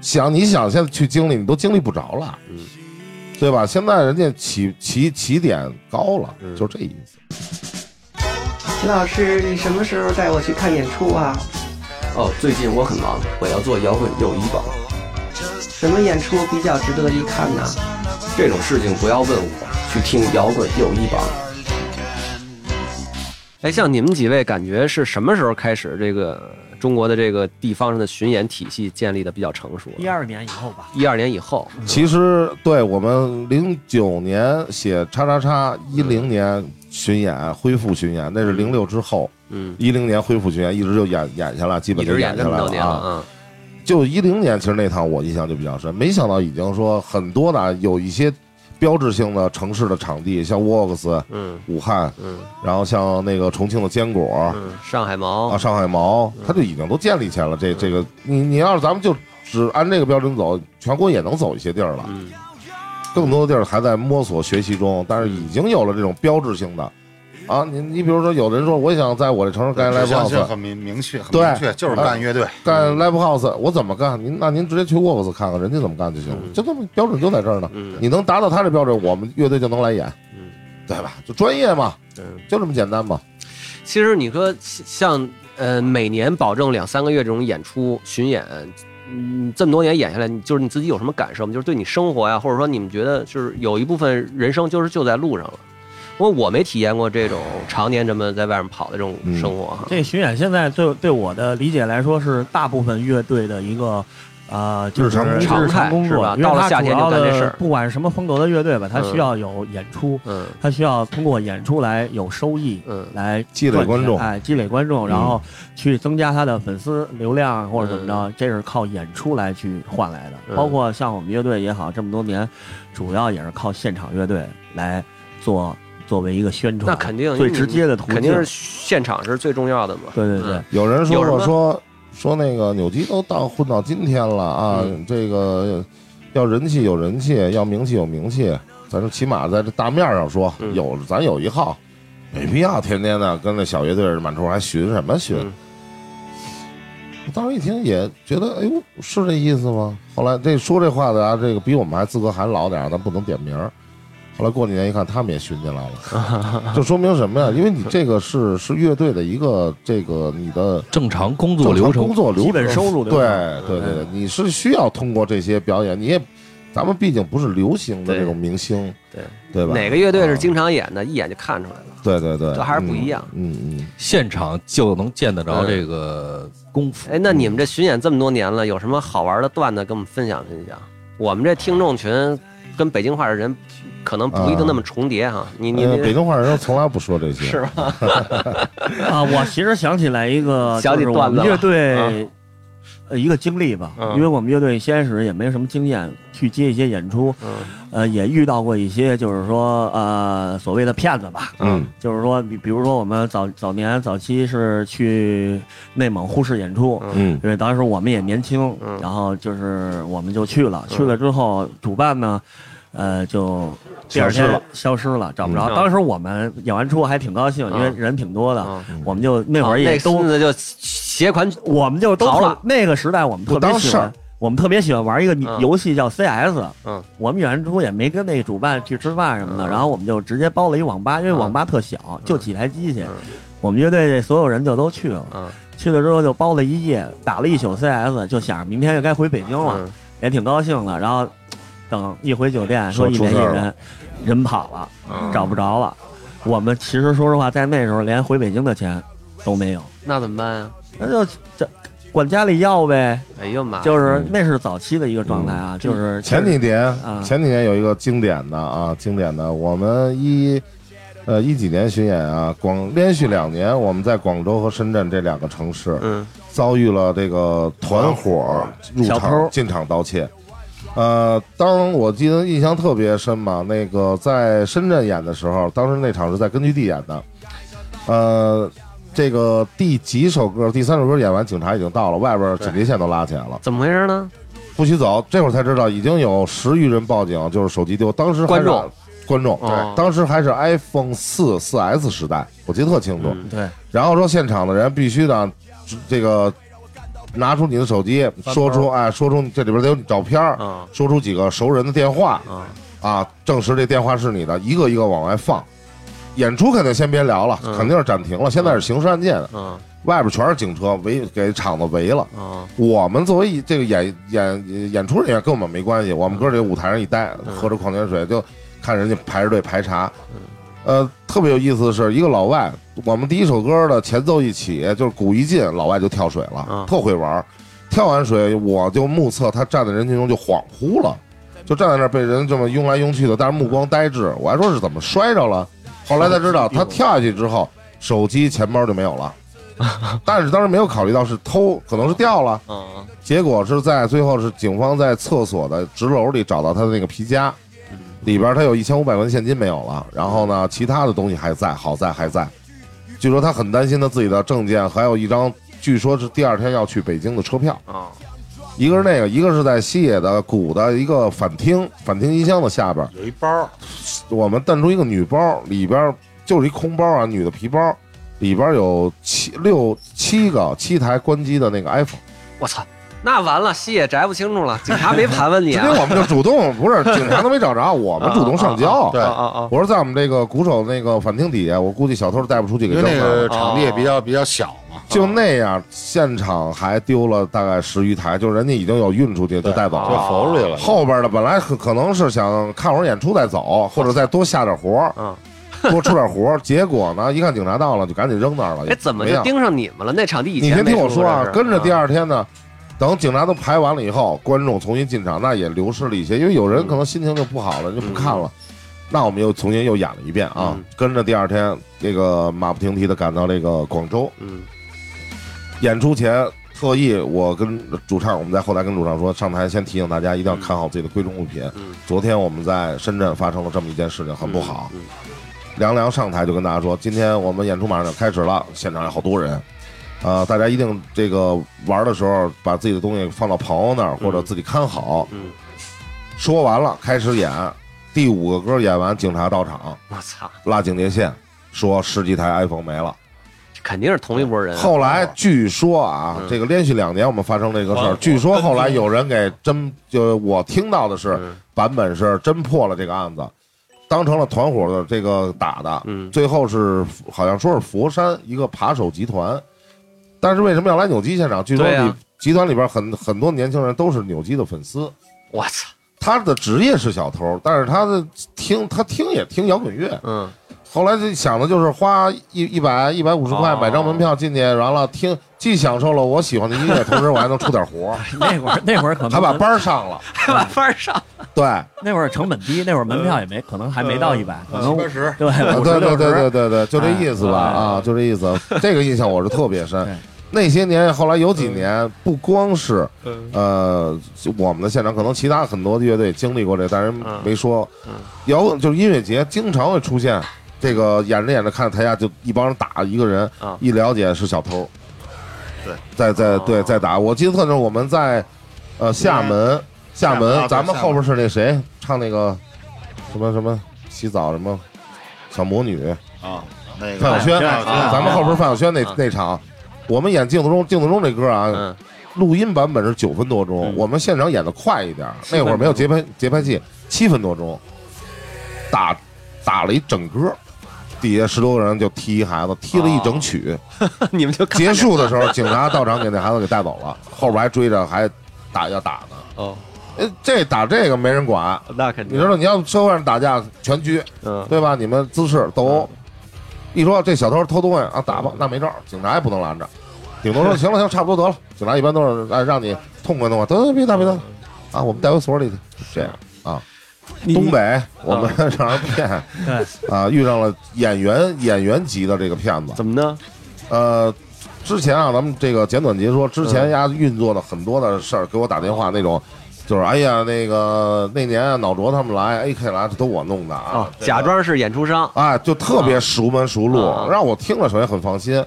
想你想现在去经历，你都经历不着了，嗯对吧？现在人家起起起点高了，嗯就这意思。秦老师，你什么时候带我去看演出啊？哦，最近我很忙，我要做摇滚又一榜，什么演出比较值得一看呢、这种事情不要问我，去听摇滚又一榜。哎，像你们几位，感觉是什么时候开始这个中国的这个地方上的巡演体系建立的比较成熟？一二年以后吧，一二年以后，其实对我们零九年写叉叉嗯叉，一零年巡演恢复巡演，那是零六之后，嗯，一零年恢复巡演一直就演演下来，基一本就直演这下么来多年了了啊。啊，就一零年，其实那趟我印象就比较深，没想到已经说很多的有一些标志性的城市的场地，像沃克斯、嗯武汉，嗯然后像那个重庆的坚果，嗯，上海毛啊，，上海毛，它就已经都建立起来了。这这个，你你要是咱们就只按这个标准走，全国也能走一些地儿了。嗯更多的地儿还在摸索学习中，但是已经有了这种标志性的。啊，你你比如说，有的人说我想在我这城市干 live 指向性 house，很明明确，很对啊明确，就是干乐队。干 live house，我怎么干？您那您直接去沃克斯看看人家怎么干就行了，嗯就这么标准就在这儿呢。嗯你能达到他这标准，我们乐队就能来演，嗯对吧？就专业嘛，嗯。就这么简单嘛。其实你说像呃每年保证两三个月这种演出巡演，嗯，这么多年演下来，你就是你自己有什么感受吗？就是对你生活呀，或者说你们觉得就是有一部分人生就是就在路上了。因为我没体验过这种常年这么在外面跑的这种生活啊哈。这巡演现在对对我的理解来说是大部分乐队的一个。啊，就是日常工作日常工是吧作，因为到了它夏天主就要干这的事儿不管是什么风格的乐队吧，它嗯需要有演出，嗯它需要通过演出来有收益，嗯来积累赚钱观众哎，积累观众，然后去增加他的粉丝流量或者怎么着，这是靠演出来去换来的。嗯包括像我们乐队也好，这么多年，主要也是靠现场乐队来做作为一个宣传，那肯定最直接的途径，肯定是现场是最重要的嘛。对对对，嗯有人说有什过么说说那个纽基都到混到今天了啊，嗯这个要人气有人气，要名气有名气，咱就起码在这大面上说、嗯有，咱有一号，没必要天天的跟那小乐队儿满处还寻什么寻。嗯我当时一听也觉得，哎呦，是这意思吗？后来这说这话的啊，这个比我们还资格还老点儿，咱不能点名儿。后来过几年一看，他们也寻进来 了，就说明什么呀？因为你这个是是乐队的一个这个你的正常工作正流常程工，作流程基本收入流对嗯程对对对，你是需要通过这些表演，你也，咱们毕竟不是流行的对这种明星，对对吧？嗯哪个乐队是经啊？常演的，一眼就看出来了。对对对，这还是不一样嗯。嗯嗯，现场就能见得着嗯这个功夫。哎，那你们这巡演这么多年了，有什么好玩的段子跟我们分享分享？我们这听众群跟北京话的人可能不一定那么重叠哈。你你啊呃你北京话人从来不说这 些，是吧？啊，我其实想起来一 个，想起就是我段子们了乐队呃一个经历吧，嗯因为我们乐队先开始也没什么经验，去接一些演出，嗯呃，也遇到过一些就是说呃所谓的骗子吧，嗯，就是说比比如说我们早早年早期是去内蒙呼市演出。嗯因为当时我们也年轻嗯，然后就是我们就去了，去了之后主办呢，呃，就第二消失天了消失了，找嗯不着。当时我们演完出还挺高兴，因为嗯人挺多的，嗯我们就那那会儿也都，那就携款我们就都逃特了那个时代我们特不别当喜事儿欢，我们特别喜欢玩一个嗯游戏叫 CS。嗯，我们演出也没跟那个主办去吃饭什么的，嗯然后我们就直接包了一网吧，因为嗯网吧特小，就几台机器嗯。我们乐队这所有人就都去了，嗯去了之后就包了一夜，打了一宿 CS，就想着明天就该回北京了，嗯也挺高兴的。然后等一回酒店，说说一出联系事儿人，人跑了，啊嗯找不着了。我们其实说实话，在那时候连回北京的钱都没有。那怎么办呀？那就这管家里要呗，哎呦妈呀！就是那是早期的一个状态嗯啊，就是前几年啊前几年有一个经典的啊，经典的，我们一呃，一几年巡演啊，广连续两年我们在广州和深圳这两个城市，嗯，遭遇了这个团伙入小场偷进场盗窃。呃，当我记得印象特别深嘛，那个在深圳演的时候，当时那场是在根据地演的，呃，这个第几首歌，第三首歌演完，警察已经到了，外边警戒线都拉起来了，怎么回事呢？不许走。这会儿才知道已经有十余人报警，就是手机丢。当时还观是众，观众，对，哦当时还是 iPhone 四、四 S 时代，我记得特清楚。嗯对，然后说现场的人必须得这个拿出你的手机，包说出哎，说出这里边得有你照片儿，啊说出几个熟人的电话啊啊，证实这电话是你的，一个一个往外放。演出肯定先别聊了，嗯肯定是暂停了。现在是刑事案件，啊外边全是警车围给场子围了。啊！我们作为一这个演演演出人员跟我们没关系，我们哥儿这舞台上一待，嗯喝着矿泉水就看人家排着队排查。呃，特别有意思的是，一个老外，我们第一首歌的前奏一起，就是鼓一进，老外就跳水了嗯，特会玩儿。跳完水，我就目测他站在人群中就恍惚了，就站在那儿被人这么拥来拥去的，但是目光呆滞。我还说是怎么摔着了，后来才知道他跳下去之后，手机钱包就没有了。但是当时没有考虑到是偷，可能是掉了，啊结果是在最后是警方在厕所的纸篓里找到他的那个皮夹，里边他有一千五百块钱现金没有了，然后呢，其他的东西还在，好在还在。据说他很担心他自己的证件，还有一张据说是第二天要去北京的车票。啊一个是那个，一个是在西野的鼓的一个反厅反厅音箱的下边，有一包，我们弹出一个女包，里边就是一空包啊，女的皮包，里边有七六七个七台关机的那个 iPhone。我操，那完了，戏也摘不清楚了，警察没盘问你今 啊天？我们就主动，不是警察都没找着，我们主动上交。对啊啊啊！我说在我们这个鼓手那个反厅底下，我估计小偷带不出去因给为扔那了个。场地也比较比较小嘛。就那样，现场还丢了大概十余台，就是人家已经有运出去就带走啊就了。浮出去了。后边的本来可可能是想看会儿演出再走，或者再多下点活儿，嗯，多出点活儿。结果呢，一看警察到了，就赶紧扔那儿了。哎，怎么没就要盯上你们了？那场地以你前先没听我出说过啊这，事跟着第啊二天呢，等警察都排完了以后，观众重新进场，那也流失了一些，因为有人可能心情就不好了，就不看了。那我们又重新又演了一遍啊，嗯跟着第二天这个马不停蹄的赶到这个广州嗯演出前。特意，我跟主唱，我们在后台跟主唱说，上台先提醒大家一定要看好自己的贵重物品。嗯，昨天我们在深圳发生了这么一件事情，很不好。嗯。嗯凉凉上台就跟大家说，今天我们演出马上就开始了，现场有好多人，呃，大家一定这个玩的时候把自己的东西放到朋友那儿，或者自己看好。嗯说完了，开始演，第五个歌演完，警察到场我操，拉警戒线，说十几台 iPhone 没了。这肯定是同一拨人啊。后来据说啊，嗯这个连续两年我们发生这个事团儿伙，据说后来有人给真就我听到的是嗯版本是真破了这个案子，当成了团伙的这个打的。嗯最后是好像说是佛山一个扒手集团，但是为什么要来扭机现场？据说对里、啊集团里边很很多年轻人都是扭机的粉丝，我操，他的职业是小偷，但是他的听他听也听摇滚乐。嗯后来就想的就是花一一百一百五十块哦买张门票进去，完了听，既享受了我喜欢的音乐，同时我还能出 点活儿，那 会儿那会儿可能还把班儿上了。还把班儿上，对，啊那会儿成本低，那会儿门票也没可能还没到一百，可能七八十对 嗯五对对十对六对十，对对，就这意思吧哎啊，就这意思。这个印象我是特别深 对。嗯那些年，后来有几年，不光是呃，就我们的现场可能其他很多的乐队经历过这，但是嗯没说嗯。摇滚就是音乐节经常会出现这个演着演着看着台下就一帮人打一个人啊，一了解是小偷，对，在在哦对在打。我记得特清，我们在呃厦门，厦厦门门啊咱们对后边是那谁唱那个什么什么洗澡什么小魔女啊，那个范晓萱，范晓萱啊咱们后边范晓萱那那场。我们演《镜子中》，《镜子中》这歌啊，嗯录音版本是九分多钟，嗯我们现场演的快一点儿，七分那会儿没有节拍节拍器，七分多钟，打打了一整歌，底下十多个人就踢一孩子，踢了一整曲。嗯 你们就看结束的时候，警察到场给那孩子给带走了，后边还追着还打要打呢。哦，呃，这打这个没人管，那肯你定知，道你要社会上打架全拘，嗯对吧？你们滋事斗殴，嗯一说这小偷偷东西啊，打吧，那没招儿，警察也不能拦着，顶 多说行了行，差不多得了。警察一般都是哎让你痛快痛快，得得别打别打，啊，我们带回所里去，这样啊，你嗯东北，我们 让人骗对，啊，遇上了演员演员级的这个骗子。怎么呢？呃，之前啊，咱们这个简短截说，之前丫运作了很多的事儿，给我打电话那种，就是哎呀，那个那年啊，脑浊他们来，AK 来，这都我弄的啊哦，，假装是演出商，哎，就特别熟门熟路，啊让我听了首先很放心。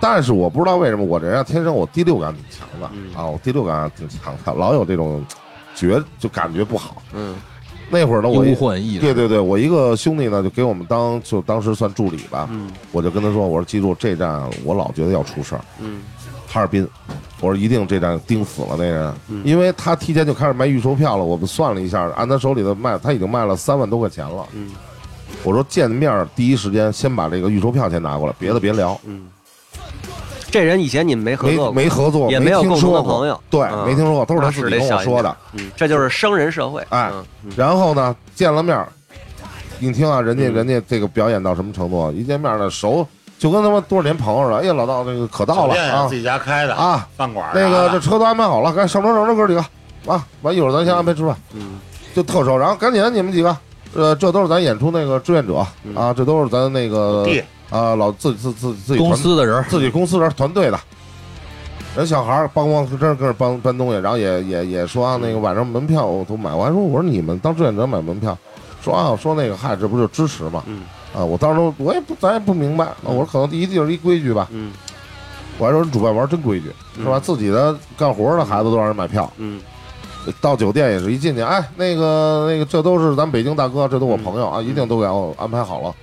但是我不知道为什么，我这人啊天生我第六感挺强的、啊，我第六感挺强的，老有这种觉就感觉不好。嗯，那会儿呢，我一忧患意识对对对，我一个兄弟呢，就给我们当就当时算助理吧，嗯我就跟他说，我说记住这站我老觉得要出事儿，嗯哈尔滨，我说一定这站盯死了那人，嗯因为他提前就开始卖预售票了，我们算了一下，按他手里的卖，他已经卖了三万多块钱了，嗯我说见面儿第一时间先把这个预售票先拿过来，别的别聊，嗯。这人以前你们没合没作过，没合作，也没没有听共同说的过朋友对，嗯没听说过，都是他那自是己得跟我小说心的点。，嗯，这就是生人社会，哎嗯嗯然后呢，见了面儿，你听啊，人家人家这个表演到什么程度啊？一见面呢，熟就跟他妈多少年朋友似的。哎呀，老道这个可到酒了店呀啊自己家开的啊，饭馆那个这这车都安排好了，赶紧上桌找这哥几个啊，完一会儿咱先安排吃饭，嗯就特熟。然后赶紧你们几个，呃，这都是咱演出那个志愿者啊，这都是咱那个嗯地啊老自自自自己团公司的人，自己公司人团队的。人小孩儿帮帮真是跟着搬搬东西，然后也也也说啊，那个晚上门票我都买，我还说我说你们当志愿者买门票，说啊我说那个嗨，这不就支持嘛？嗯啊，我当时我也不咱也不明白，啊我说可能第一就是一规矩吧，嗯我还说人主办玩真规矩是吧？嗯自己的干活的孩子都让人买票，嗯到酒店也是一进去，哎，那个那个，这都是咱北京大哥，这都我朋友啊，一定都给我安排好了。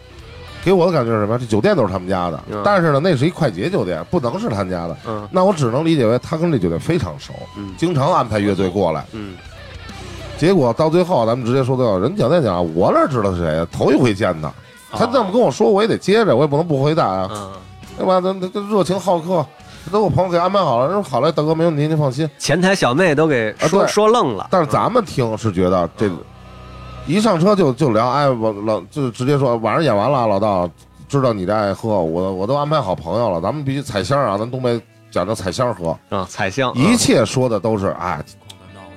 给我的感觉是什么？这酒店都是他们家的，嗯但是呢，那是一快捷酒店，不能是他们家的。嗯那我只能理解为他跟这酒店非常熟，嗯经常安排乐队过来。嗯结果到最后，咱们直接说到人酒店讲，哎我哪知道是谁啊？头一回见他，他这么跟我说，我也得接着，我也不能不回答啊。嗯，对吧？那那那热情好客，都我朋友给安排好了。人说好嘞，大哥没问题，您放心。前台小妹都给啊说对说愣了，但是咱们听是觉得这嗯一上车就就聊，哎，我老就直接说晚上演完了，老道知道你这爱喝，我我都安排好朋友了，咱们必须采香啊，咱东北讲究采香喝，嗯，彩香，一切说的都是哎，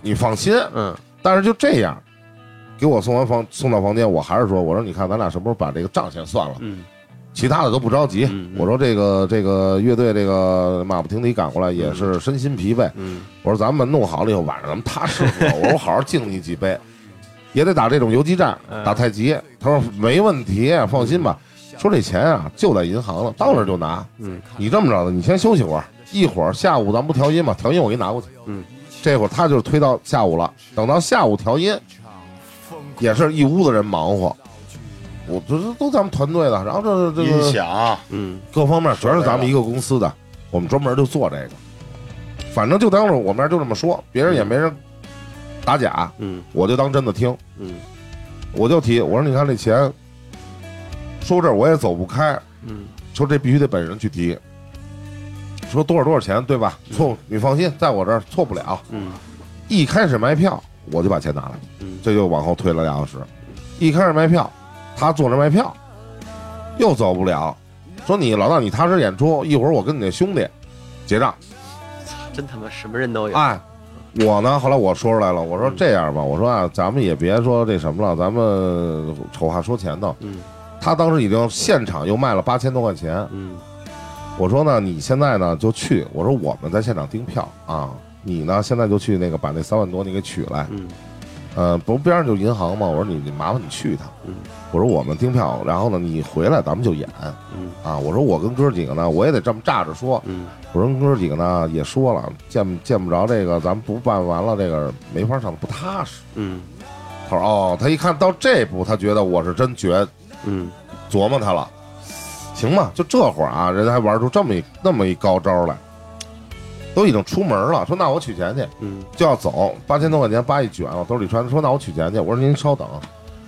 你放心。嗯但是就这样，给我送完房送到房间，我还是说，我说你看咱俩什么时候把这个账先算了，嗯其他的都不着急。嗯嗯我说这个这个乐队这个马不停蹄赶过来也是身心疲惫，嗯我说咱们弄好了以后，晚上咱们踏实喝。我说我好好敬你几杯，也得打这种游击战，嗯打太极。他说没问题，放心吧。说这钱啊就在银行了，到那儿就拿。嗯，你这么着的，你先休息会儿，一会儿下午咱不调音嘛，调音我给你拿过去。嗯，这会儿他就是推到下午了，等到下午调音，也是一屋子人忙活。我这这都咱们团队的，然后这这音个响嗯各方面全是咱们一个公司的，我们专门就做这个。反正就当是我们这儿就这么说，别人也没人打假，嗯我就当真的听。嗯我就提，我说你看这钱，说这儿我也走不开，嗯说这必须得本人去提，说多少多少钱，对吧？错，你放心，在我这儿错不了。嗯一开始卖票，我就把钱拿来，嗯这就往后推了俩小时。一开始卖票，他坐着卖票，又走不了，说你老大你踏实演出，一会儿我跟你那兄弟结账。真他妈什么人都有，哎，我呢，后来我说出来了，我嗯说这样吧，我说啊，咱们也别说这什么了，咱们丑话说前头。嗯他当时已经现场又卖了八千多块钱，嗯我说呢，你现在呢就去，我说我们在现场订票啊，你呢现在就去那个把那三万多你给取来，嗯呃，不边上就银行嘛，我说你你麻烦你去一趟，嗯我说我们订票，然后呢你回来咱们就演嗯啊，我说我跟哥几个呢我也得这么炸着说，嗯我说跟哥几个呢也说了，见见不着这个咱们不办完了这个没法上，不踏实。嗯他说哦，他一看到这步，他觉得我是真觉嗯琢磨他了，行吧，就这会儿啊，人还玩出这么一那么一高招来，都已经出门了，说那我取钱去，嗯就要走，八千多块钱扒一卷往兜里揣，说那我取钱去，我说您稍等，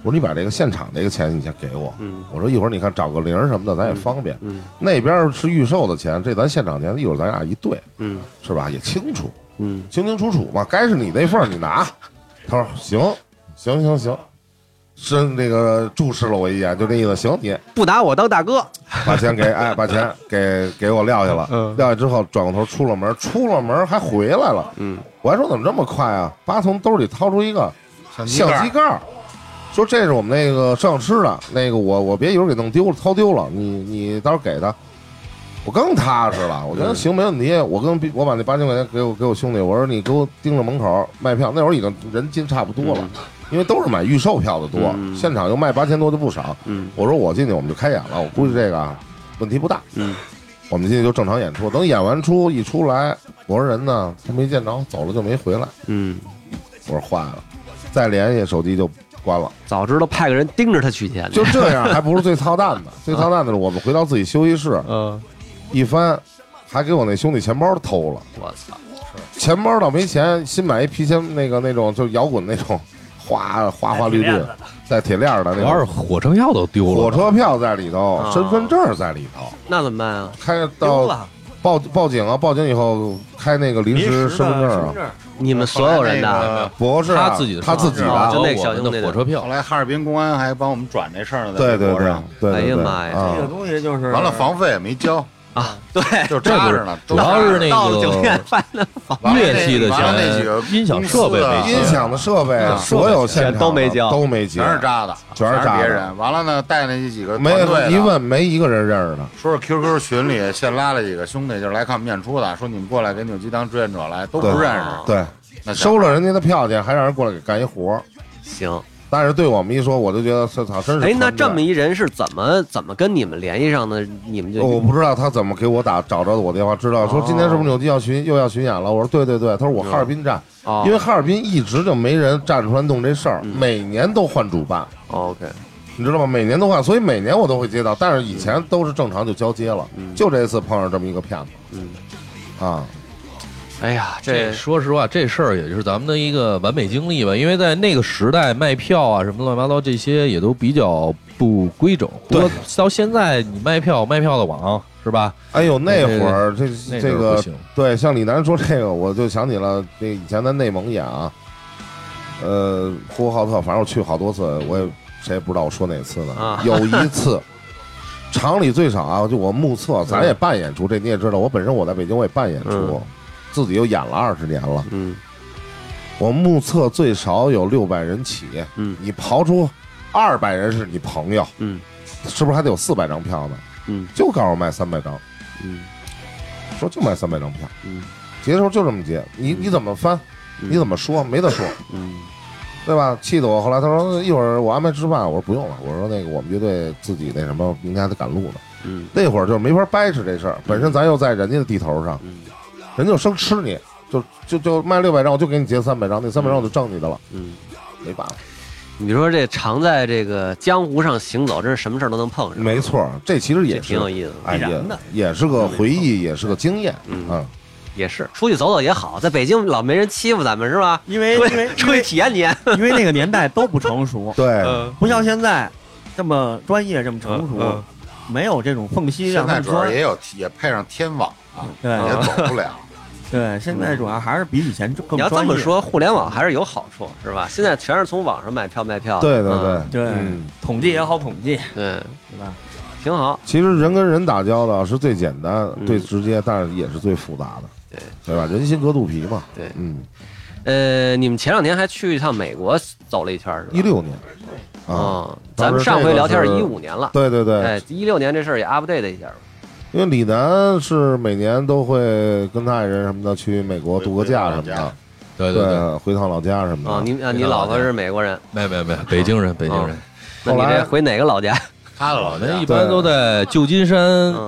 我说你把这个现场这个钱你先给我，嗯我说一会儿你看找个零儿什么的咱也方便，嗯那边是预售的钱，这咱现场钱一会儿咱俩一对，嗯是吧？也清楚，嗯清清楚楚嘛，该是你那份儿你拿。他说行，行行行，深那个注视了我一眼，就这意思，行你。不拿我当大哥，把钱给哎，把钱给给我撂下了，撂下之后转过头出了门，出了门还回来了，嗯我还说怎么这么快啊？爸从兜里掏出一个相相机机盖儿，说这是我们那个摄影师的，那个我我别一会儿给弄丢了，掏丢了，你你到时候给他。我更踏实了，我嗯觉得行没问题。我跟我把那八千块钱给我给我兄弟，我说你给我盯着门口卖票，那会儿已经人进差不多了，因为都是买预售票的多，嗯现场又卖八千多的不少。嗯我说我进去我们就开演了，我估计这个啊问题不大。嗯，我们进去就正常演出，等演完出一出来，我说人呢？他没见着，走了就没回来。嗯，我说坏了，再联系手机就关了。早知道派个人盯着他去去，就这样，还不是最操蛋的。最操蛋的是我们回到自己休息室嗯，一翻，还给我那兄弟钱包偷了。我操，钱包倒没钱，新买一皮钱那个那种就是摇滚那种，花花花绿哎绿，带铁链儿的主那要是种。火车票都丢了，火车票在里头啊，身份证在里头，那怎么办啊？开丢到了报报警啊！报警以后开那个临临时时的身份证啊，证，你们所有人哎后来那的个不是啊他自己的他自己啊就的，那小我兄弟那们的个火车后票，来哈尔滨公安还帮我们转这事儿呢，在对对微博对上对，哎呀对妈呀啊这个东西就是完了，房费也没交，啊，对，就哎扎着呢。这不是主要是那个到了酒店发现完了那乐器的完了那几个钱、音响设备公司啊没音钱，响的设备啊，嗯所有现场的都没交都没交，全是扎的，全是是扎的别人。完了呢，带那几个没团队的一问没一个人认识的。说是 QQ 群里现拉了几个兄弟，就是来看我们演出的，说你们过来给扭鸡当志愿者来，都不对认哦对，识。那收了人家的票钱，还让人过来给干一活儿。行，但是对我们一说，我就觉得这操，真是哎，那团队这么一人是怎么怎么跟你们联系上的？你们就我不知道他怎么给我打找着我电话，知道说哦今天是不是扭机要巡又要巡演了？我说对对对，他说我哈尔滨站，哦因为哈尔滨一直就没人站出来弄这事儿，嗯每年都换主办，哦 OK，你知道吗？每年都换，所以每年我都会接到，但是以前都是正常就交接了，就这次碰上这么一个骗子，嗯，啊，哎呀，这这说实话，这事儿也就是咱们的一个完美经历吧，因为在那个时代卖票啊什么乱七八糟这些也都比较不规整。不过到现在你卖票卖票的网是吧？哎呦，那会儿这那这阵儿个不行，对，像李楠说这个，我就想起了那以前在内蒙演啊，呃，呼和浩特，反正我去好多次，我也谁也不知道我说哪次呢。啊有一 次，厂里最少啊，就我目测，咱也办演出，这你也知道，我本身我在北京我也办演出，嗯自己又演了二十年了，嗯我目测最少有六百人起，嗯你刨出二百人是你朋友，嗯是不是还得有四百张票呢？嗯，就告诉我卖三百张。嗯说就卖三百张票，嗯，结的时候就这么结，你你怎么翻，嗯你怎么说，没得说，嗯对吧？气得我。后来他说一会儿我安排吃饭，我说不用了，我说那个我们乐队自己那什么，明天还得赶路呢。嗯那会儿就是没法掰扯这事儿，本身咱又在人家的地头上，嗯人家就生吃你，就就就卖六百张，我就给你结三百张，那三百张我就挣你的了，嗯，没办法。你说这常在这个江湖上行走，真是什么事儿都能碰上，没错儿，这其实这也是挺有意思的，哎必也然的也是个回忆，也是个经验嗯啊。也是出去走走也好，在北京老没人欺负咱们是吧？因为出因为去出去体验体验， 因为那个年代都不成熟，对，不像现在这么专业这么成熟嗯，没有这种缝隙现让他在们主要钻。也有也配上天网啊，嗯也对走不了。对，现在主要还是比以前更你要这专业么，说，互联网还是有好处是吧？现在全是从网上买票卖票，对对对嗯，对嗯，统计也好统计，对，对吧？挺好，其实人跟人打交道是最简单、嗯最直接，但是也是最复杂的，对对吧？人心隔肚皮嘛。对。嗯，呃，你们前两年还去一趟美国走了一圈儿是吧？一六年啊，啊，当咱们时上这回个聊天是一五年了，对对对，哎，一六年这事儿也 update 一下吧。因为李楠是每年都会跟他爱人什么的去美国度个假什么回老的家，对对对，对，回趟老家什啊，么的。你啊，你老婆是美国人，没没没，北京人，北京嗯人，那你后来这回哪个老家？他的我老们家一般都在旧金山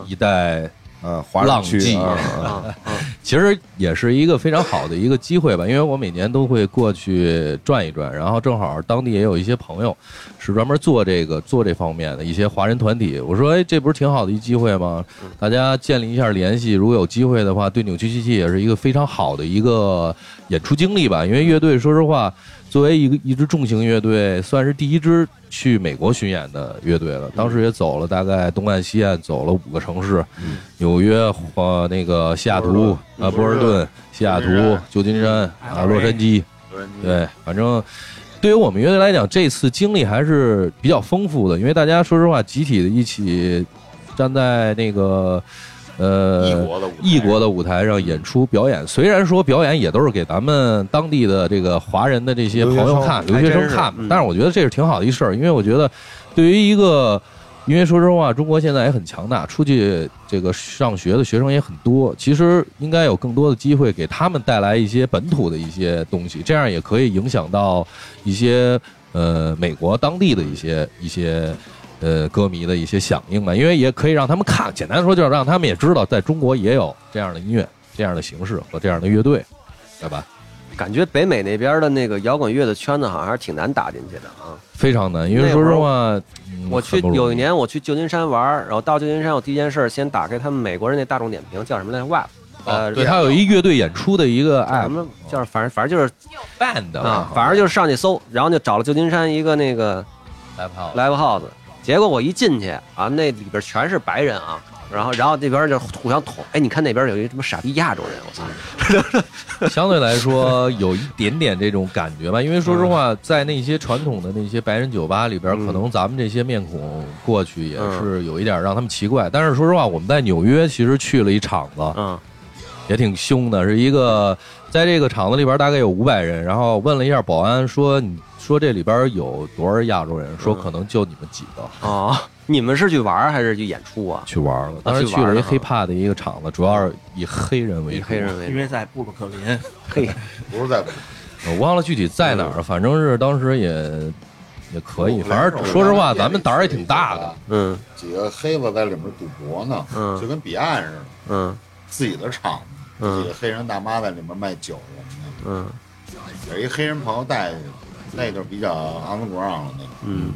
一带，嗯，华人浪迹区啊，啊啊，啊其实也是一个非常好的一个机会吧，因为我每年都会过去转一转，然后正好当地也有一些朋友是专门做这个做这方面的一些华人团体。我说，哎，这不是挺好的一机会吗？大家建立一下联系，如果有机会的话，对扭曲机器也是一个非常好的一个演出经历吧。因为乐队，说实话，作为一个一支重型乐队，算是第一支去美国巡演的乐队了。当时也走了大概东岸、西岸，走了五个城市，纽约、呃那个西雅图、啊波波士士顿顿、西雅图、旧金山啊洛杉矶，哎对，反正对于我们乐队来讲，这次经历还是比较丰富的，因为大家说实话，集体的一起站在那个呃异国的舞台异呃国的舞台上演出表演。虽然说表演也都是给咱们当地的这个华人的这些朋友看，留留学生学生还真是看，嗯但是我觉得这是挺好的一事儿，因为我觉得对于一个。因为说实话，中国现在也很强大，出去这个上学的学生也很多。其实应该有更多的机会给他们带来一些本土的一些东西，这样也可以影响到一些呃美国当地的一些一些呃歌迷的一些响应啊吧，因为也可以让他们看，简单说就是让他们也知道，在中国也有这样的音乐、这样的形式和这样的乐队，对吧？感觉北美那边的那个摇滚乐的圈子好像还是挺难打进去的啊。非常难，因为那说会儿实话，嗯我去很不容易有一年我去旧金山玩儿，然后到旧金山，我第一件事儿先打开他们美国人那大众点评，叫什么来着？Web，哦呃，对他嗯有一乐队演出的一个叫什 app 么叫反正反正就是 band 啊，反正就是上去搜，然后就找了旧金山一个那个来跑 live house，结果我一进去啊，那里边全是白人啊，然后然后这边就互相捅，哎，你看那边有一什么傻逼亚洲人，我操，相对来说有一点点这种感觉吧，因为说实话，在那些传统的那些白人酒吧里边，嗯可能咱们这些面孔过去也嗯是有一点让他们奇怪。但是说实话，我们在纽约其实去了一场子，嗯也挺凶的，是一个在这个厂子里边大概有五百人，然后问了一下保安说：“你说这里边有多少亚洲人？”嗯说可能就你们几个。哦，你们是去玩儿还是去演出啊？去玩了，当时去去玩了一了啊 hiphop 的一个场子，主要是以黑人为以主，黑人为因为在布鲁克林，嘿，不是在我忘了具体在哪儿，反正是当时也也可以，反正说实话，咱们胆儿也挺大的。，嗯几个黑子在里面赌博呢，嗯就跟彼岸似的，嗯自己的场子，嗯自己的黑人大妈在里面卖酒什么嗯的，有一黑人朋友带去的，那就比较 on the ground 了，那个嗯，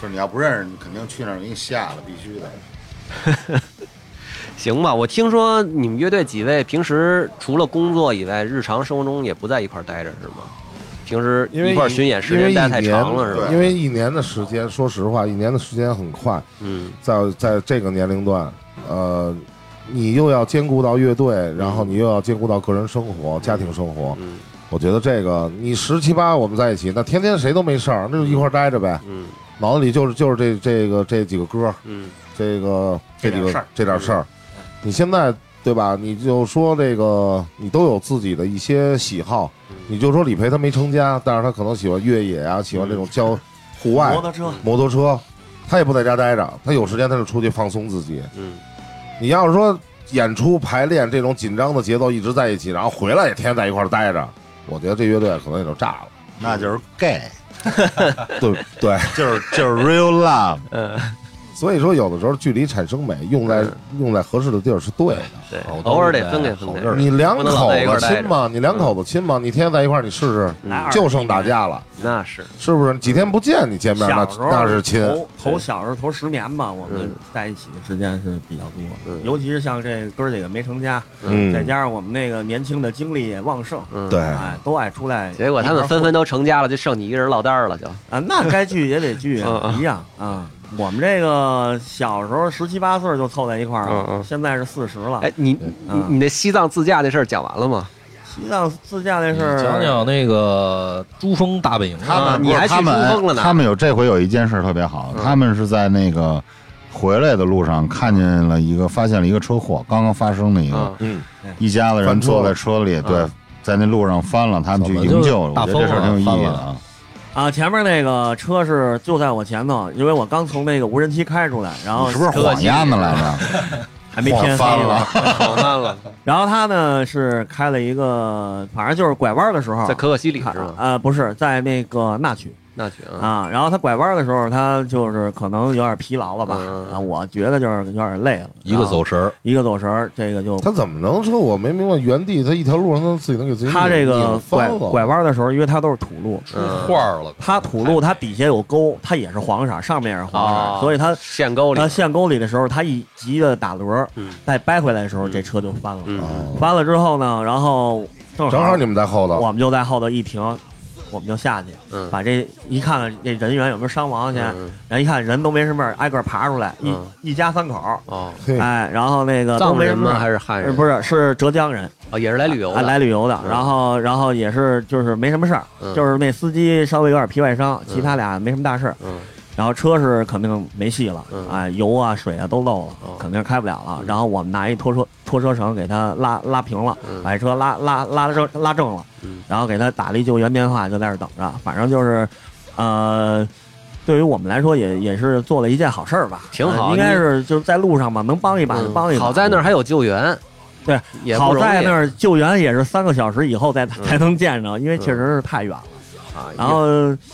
就是你要不认识，你肯定去那儿给你吓了，必须的。行吧。我听说你们乐队几位平时除了工作以外，日常生活中也不在一块儿待着是吗？平时因为一块儿巡演时间待太长了是吧？因为一年的时间，说实话，一年的时间很快，嗯在在这个年龄段，呃，你又要兼顾到乐队，然后你又要兼顾到个人生活、家庭生活。嗯我觉得这个，你十七八我们在一起，那天天谁都没事儿，那就一块儿待着呗，嗯脑子里就是就是这这个这几个歌，嗯这个这几这点事个儿嗯这点事儿，你现在对吧？你就说这个，你都有自己的一些喜好，嗯你就说李培他没成家，但是他可能喜欢越野啊，喜欢这种嗯郊户外摩托车，嗯摩托车，他也不在家待着，他有时间他就出去放松自己。嗯你要是说演出排练这种紧张的节奏一直在一起，然后回来也天天在一块儿待着，我觉得这乐队可能也就炸了。那就是嗯 gay， 对对， 就是就是 real love，嗯，所以说有的时候距离产生美，用在嗯用在合适的地儿是对的。对好，多偶尔得人分给好分给多人。你两不能老口在一块儿子待着亲嘛，你两口子亲嘛，你天天在一块儿，你试试，来就剩打架了，那是是不是？几天不见，你见面那小时候那是亲。头头小时候头十年吧，我们在一起的时间是比较多，嗯尤其是像这哥儿几个没成家，嗯再加上我们那个年轻的精力也旺盛，嗯对。哎，都爱出来。结果他们纷纷都成家了，就剩你一个人落单儿了，就啊，那该聚也得聚嗯啊，嗯一样啊。我们这个小时候十七八岁就凑在一块儿嗯了嗯，现在是四十了。哎，，你你你那西藏自驾这事儿讲完了吗？西藏自驾那你事儿，讲讲那个珠峰大本营他啊们你还去他们珠峰了呢他们有这回有一件事特别好，嗯他们是在那个回来的路上看见了一个，发现了一个车祸，刚刚发生的一个，啊，嗯，一家子人翻车了坐在车里，对嗯，在那路上翻了，他们去怎么营就救，我大觉得这事儿风了挺有意义翻的了啊。啊，前面那个车是就在我前头，因为我刚从那个无人区开出来，然你后啊是不是车晃鸭子来着？还没晃偏黑翻呢了。好看了，然后他呢是开了一个，反正就是拐弯的时候，在可可西里看是吗？呃，不是在那个那曲那去啊，啊。然后他拐弯的时候，他就是可能有点疲劳了吧？嗯啊，我觉得就是有点累了，啊一个走神儿，一个走神儿，这个就他怎么能说我没明白？原地他一条路上他自己能给自己他这个拧翻拐了拐弯的时候，因为它都是土路，嗯画儿了。它土路它底下有沟，它也是黄色，上面也是黄色，哎哦所以它限沟里它，陷沟里的时候，它一急的打轮儿，嗯再掰回来的时候，嗯这车就翻了。嗯，翻了之后呢，然后正正好你们在后头，啊我们就在后头一停，我们就下去，嗯把这一看看这人员有没有伤亡去，嗯然后一看人都没什么事儿，挨个爬出来，一、嗯一家三口，哦，嘿，哎，然后那个都藏没人什么事吗？儿还是汉呃人？不是，是浙江人哦，也是来旅游啊，的，来旅游的，嗯然后然后也是就是没什么事儿，嗯就是那司机稍微有点皮外伤，其他俩没什么大事儿。嗯然后车是肯定没戏了，嗯哎，油啊、水啊都漏了，哦肯定开不了了嗯。然后我们拿一拖车拖车绳给它拉拉平了，嗯把这车拉拉拉正拉正了嗯，然后给他打了一救援电话，就在这儿等着。反正就是，呃，对于我们来说也也是做了一件好事儿吧，挺好嗯呃应该是就是在路上嘛，能帮一把就帮一把。好在那儿还有救援，嗯对，也不好容易嗯在那儿救援也是三个小时以后再才能见着，因为确实是太远了。啊，然后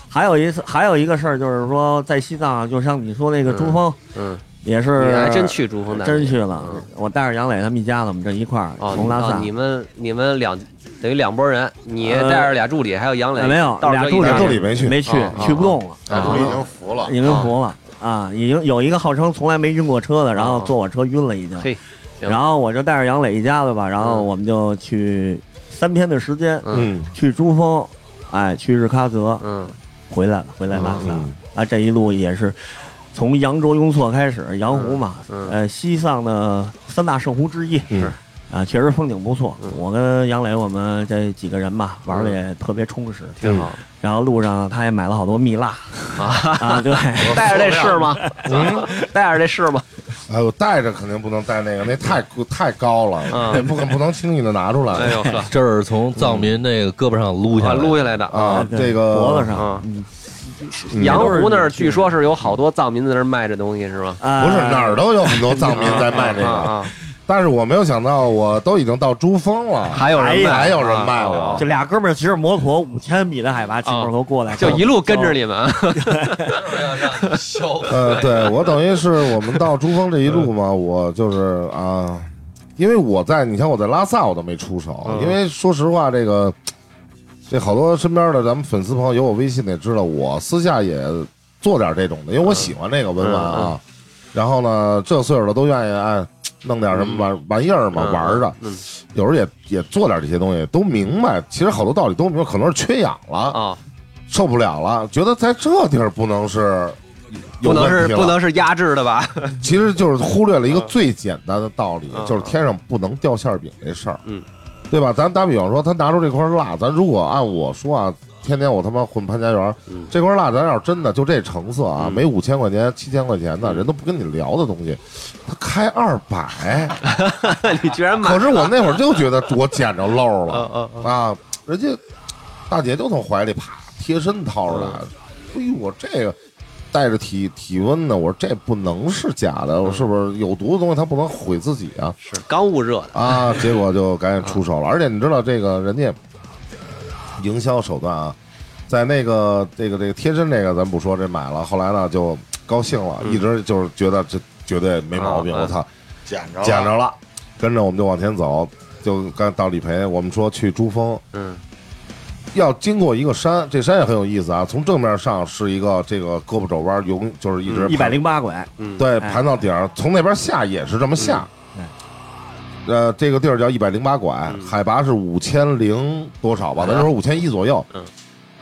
还有一次，还有一个事儿就是说，在西藏，就像你说那个珠峰，嗯，也你是还真去珠峰大真学去了嗯。我带着杨磊他们一家子，我们这一块儿哦，从拉萨哦，你们你们两等于两拨人，你呃带着俩助理，还有杨磊，呃没有到时候就一俩助理块儿助理没去，没去哦哦，去不动了，啊我已经服了。已经服了啊，已经有一个号称从来没晕过车的，然后坐我车晕了已经。啊嘿，行然后我就带着杨磊一家子吧，然后我们就去三天的时间嗯嗯去珠峰，哎，去日喀则，嗯，回来了，回来拉萨了嗯啊，这一路也是从扬州雍措开始，羊湖嘛，嗯嗯呃，西藏的三大圣湖之一，嗯啊，确实风景不错。嗯我跟杨磊我们这几个人吧，玩的也特别充实，挺好嗯然后路上他也买了好多蜜蜡啊。 啊，对，带着这是吗？嗯 带着这是吗？哎呦，带着肯定不能带那个，那太太高了，嗯那不可不能轻易的拿出来。哎呦 呵，啊这儿从藏民那个胳膊上撸下啊来，撸下来的啊，哎对这个脖子上啊。嗯羊湖那儿据说是有好多藏民在那儿卖这东西，是吗？啊不是哪儿都有很多藏民在卖啊这个，嗯啊，但是我没有想到，我都已经到珠峰了，还有人卖，哎还有人卖啊我这俩哥们儿骑着摩托五千米的海拔，骑摩托过来，就一路跟着你。你们， 呃，对我等于是我们到珠峰这一路嘛，嗯我就是啊，因为我在你像我在拉萨我都没出手，嗯因为说实话这个。这好多身边的咱们粉丝朋友有我微信的也知道，我私下也做点这种的，因为我喜欢这个文玩嗯啊。然后呢，这岁数了都愿意按弄点什么玩玩意儿嘛，嗯玩儿的。嗯有时候也也做点这些东西，都明白。其实好多道理都明白，可能是缺氧了，啊，受不了了，觉得在这地儿不能是有不能问是题了不能是压制的 吧？其实就是忽略了一个最简单的道理，嗯就是天上不能掉馅儿饼这事儿，嗯，对吧？咱打比方说，他拿出这块蜡，咱如果按我说啊，天天我他妈混潘家园，嗯这块蜡咱要是真的就这成色啊，嗯没五千块钱、七千块钱的，嗯人都不跟你聊的东西，他开二 百，你居然买可是我那会儿就觉得我捡着漏啊了啊啊！啊，人家大姐就从怀里啪贴身掏出来，哎呦我这个。带着体体温呢，我说这不能是假的，我是不是有毒的东西它不能毁自己啊？是刚捂热的， 啊，结果就赶紧出手了。而且你知道这个人家营销手段啊，在那个这个这个贴身这个咱不说，这买了，后来呢就高兴了，嗯一直就是觉得这绝对没毛病。啊我操，捡着了捡着了，跟着我们就往前走，就刚到理培，我们说去珠峰。嗯要经过一个山，这山也很有意思啊。从正面上是一个这个胳膊肘弯，永就是一直一百盘零八拐，嗯，对，哎盘到顶儿，从那边下也是这么下。嗯呃，这个地儿叫一百零八拐，嗯哎海拔是五千零多少吧？咱就说五千一左右。嗯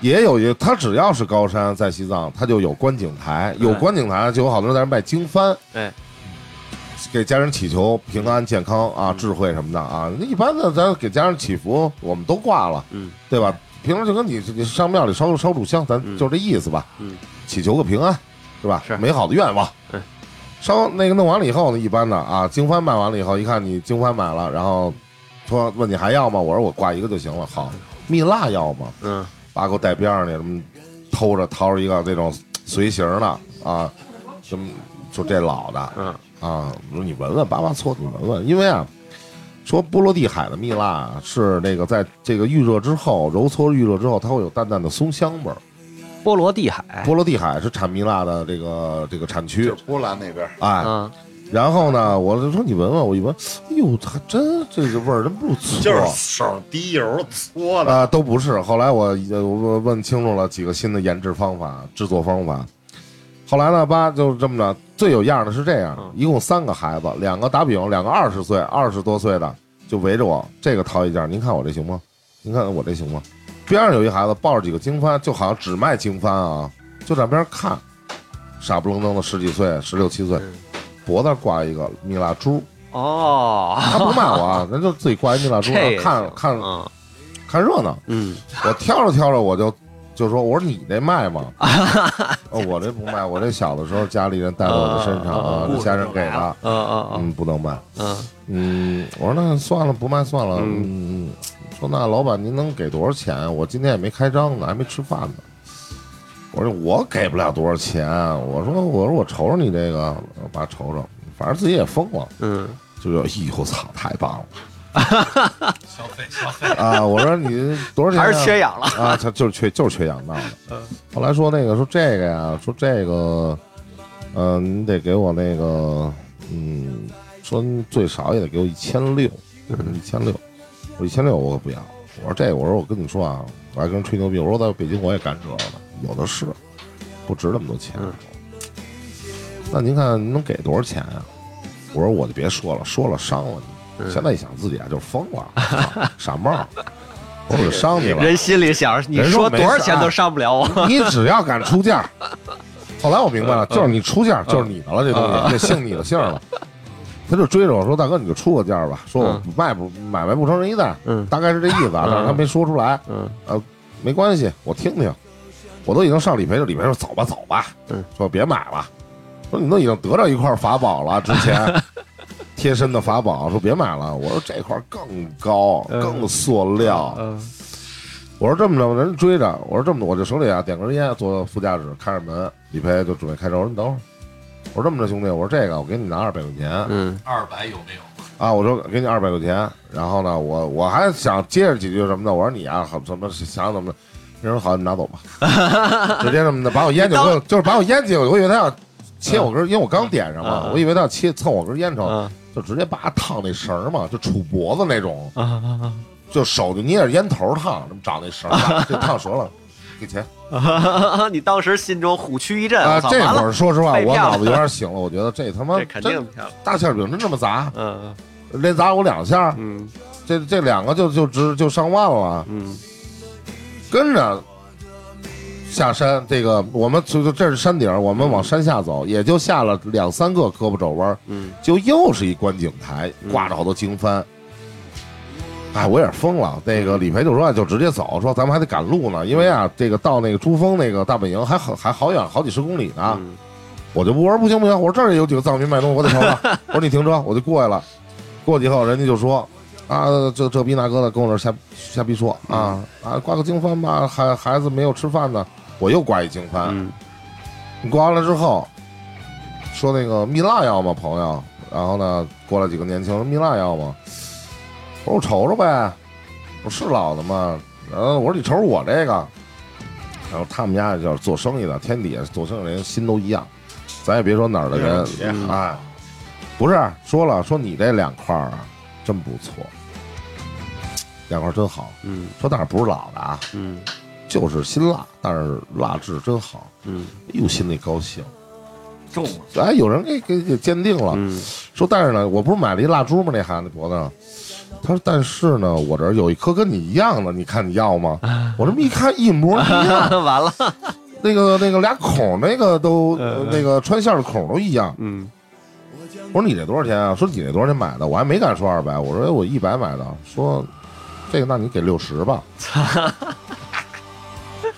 也有一，它只要是高山，在西藏它就有观景台，有对观景台就有好多人在那卖经幡。哎。给家人祈求平安、健康啊、嗯智慧什么的啊，那一般的咱给家人祈福，我们都挂了，嗯，对吧？平常就跟你你上庙里烧烧柱香，咱嗯就这意思吧，嗯，祈求个平安，是吧？是美好的愿望对。烧那个弄完了以后呢，一般的啊，经幡卖完了以后，一看你经幡买了，然后说问你还要吗？我说我挂一个就行了。好，蜜蜡要吗？嗯把给我带边上去，什么偷着掏着一个这种随形的啊，什么就这老的，嗯啊，我说你闻闻，八八搓你闻闻，因为啊，说波罗的海的蜜蜡啊是那个在这个预热之后，揉搓预热之后，它会有淡淡的松香味儿。波罗的海，波罗的海是产蜜蜡的这个这个产区就是，波兰那边，哎，嗯然后呢，我就说你闻闻，我一闻，哎呦，还真这个味儿真不错，就是手滴油搓的，啊，都不是。后来我呃我问清楚了几个新的研制方法、制作方法。后来呢，八就是这么着。最有样儿的是这样嗯，一共三个孩子，两个打比方，两个二十岁、二十多岁的就围着我，这个掏一件，您看我这行吗？您看我这行吗？边上有一孩子抱着几个经幡，就好像只卖经幡啊，就在边上看，傻不愣登的十几岁、十六七岁嗯，脖子上挂一个蜜蜡珠，哦，他不骂我啊，人就自己挂一蜜蜡珠，这也看行看嗯看热闹。嗯我挑着挑着我就就说我说你这卖吗？哦我这不卖，我这小的时候家里人带到我的身上啊啊，这家人给的，啊啊嗯，不能卖。啊啊！嗯，我说那算了，不卖算了。嗯，说那老板您能给多少钱？我今天也没开张呢，还没吃饭呢。我说我给不了多少钱。我说我说我瞅瞅你这个，我爸瞅瞅，反正自己也疯了，嗯，就是哎呦我操，太棒了。 消费消费啊！我说你多少钱啊、还是缺氧了。啊，他就是缺就是缺氧闹的。后来说那个说这个呀，说这个，嗯、你得给我那个，嗯，说你最少也得给我一千六，一千六，我一千六我可不要。我说这个，我说我跟你说啊，我还跟人吹牛逼，我说在北京我也干这个的，有的是，不值那么多钱。嗯那您看您能给多少钱啊？我说我就别说了，说了伤了嗯你。现在一想自己啊，就是疯了， 操傻帽儿，我说我就伤你了。人心里想，你说多少哎钱都伤不了我。你只要敢出价。后来我明嗯白了，就是你出价就是你的了，这东西这姓你的姓了。他就追着我说：“大哥，你就出个价吧，说我卖不买卖不成仁义蛋，嗯大概是这意思啊。”但是他没说出来，嗯呃，没关系，我听听。我都已经上理赔了，理赔说走吧走吧，嗯说别买了，说你都已经得到一块法宝了，之 前贴身的法宝，说别买了。我说这块更高，嗯更塑料，嗯我说这么着吧，人追着，我说这么着，我就手里啊点根烟，坐副驾驶开着门，理赔就准备开车。我说你等会儿，我说这么着兄弟，我说这个我给你拿二百块钱嗯二百有没有？啊，我说给你二百块钱，然后呢，我我还想接着几句什么的，我说你啊，好怎么想怎么的，人说好，你 拿走吧，直接这么的把我烟酒给我，就是把我烟酒，我以为他要切我根，因为我刚点上嘛嗯，嗯我以为他要切蹭我根烟抽，啊就直接把他烫那绳儿嘛，就杵脖子那种，啊啊！就手就捏着烟头烫，这么长那 绳儿，就烫折了，给钱。啊！ 你当时心中虎躯一震，啊，哎我操，这完会了，儿说实话，被我骗了脑子有点醒了。我觉得这他妈这肯定真漂亮。大馅儿饼真这么砸，嗯连砸我两下，嗯这这两个就就值就上万了。嗯跟着下山，这个我们就就这是山顶儿，我们往山下走，也就下了两三个胳膊肘弯儿，嗯就又是一观景台，嗯挂着好多经幡。哎，我也是疯了。那个李培就说啊就直接走，说咱们还得赶路呢，因为啊，这个到那个珠峰那个大本营还好还好远，好几十公里呢。嗯我就不我说不行不行，我说这儿有几个藏民卖东西，我得瞅瞅。我说你停车，我就过去了。过去以后，人家就说啊，这这逼那哥的跟我这儿瞎瞎逼说啊啊，挂个经幡吧，孩孩子没有吃饭呢，我又挂一经幡。嗯你挂完了之后，说那个蜜蜡要吗，朋友？然后呢，过来几个年轻人，蜜蜡要吗？我说我瞅瞅呗，我说是老的吗？然后我说你瞅瞅我这个，然后他们家就是做生意的，天底下做生意人心都一样，咱也别说哪儿的人，嗯哎，不是说了说你这两块儿啊，真不错，两块儿真好，嗯说但是不是老的啊，嗯就是辛辣，但是辣质真好，嗯又心里高兴。中了，哎，有人给给给鉴定了，嗯说但是呢，我不是买了一蜡烛吗？那孩子脖子上，他说但是呢，我这儿有一颗跟你一样的，你看你要吗？我这么一看一模一样， 完了，那个那个俩孔那个都、呃那个穿线的孔都一样。嗯我说你这多少钱啊？说你这多少钱买的？我还没敢说二百，我说哎我一百买的。说这个那你给六十吧。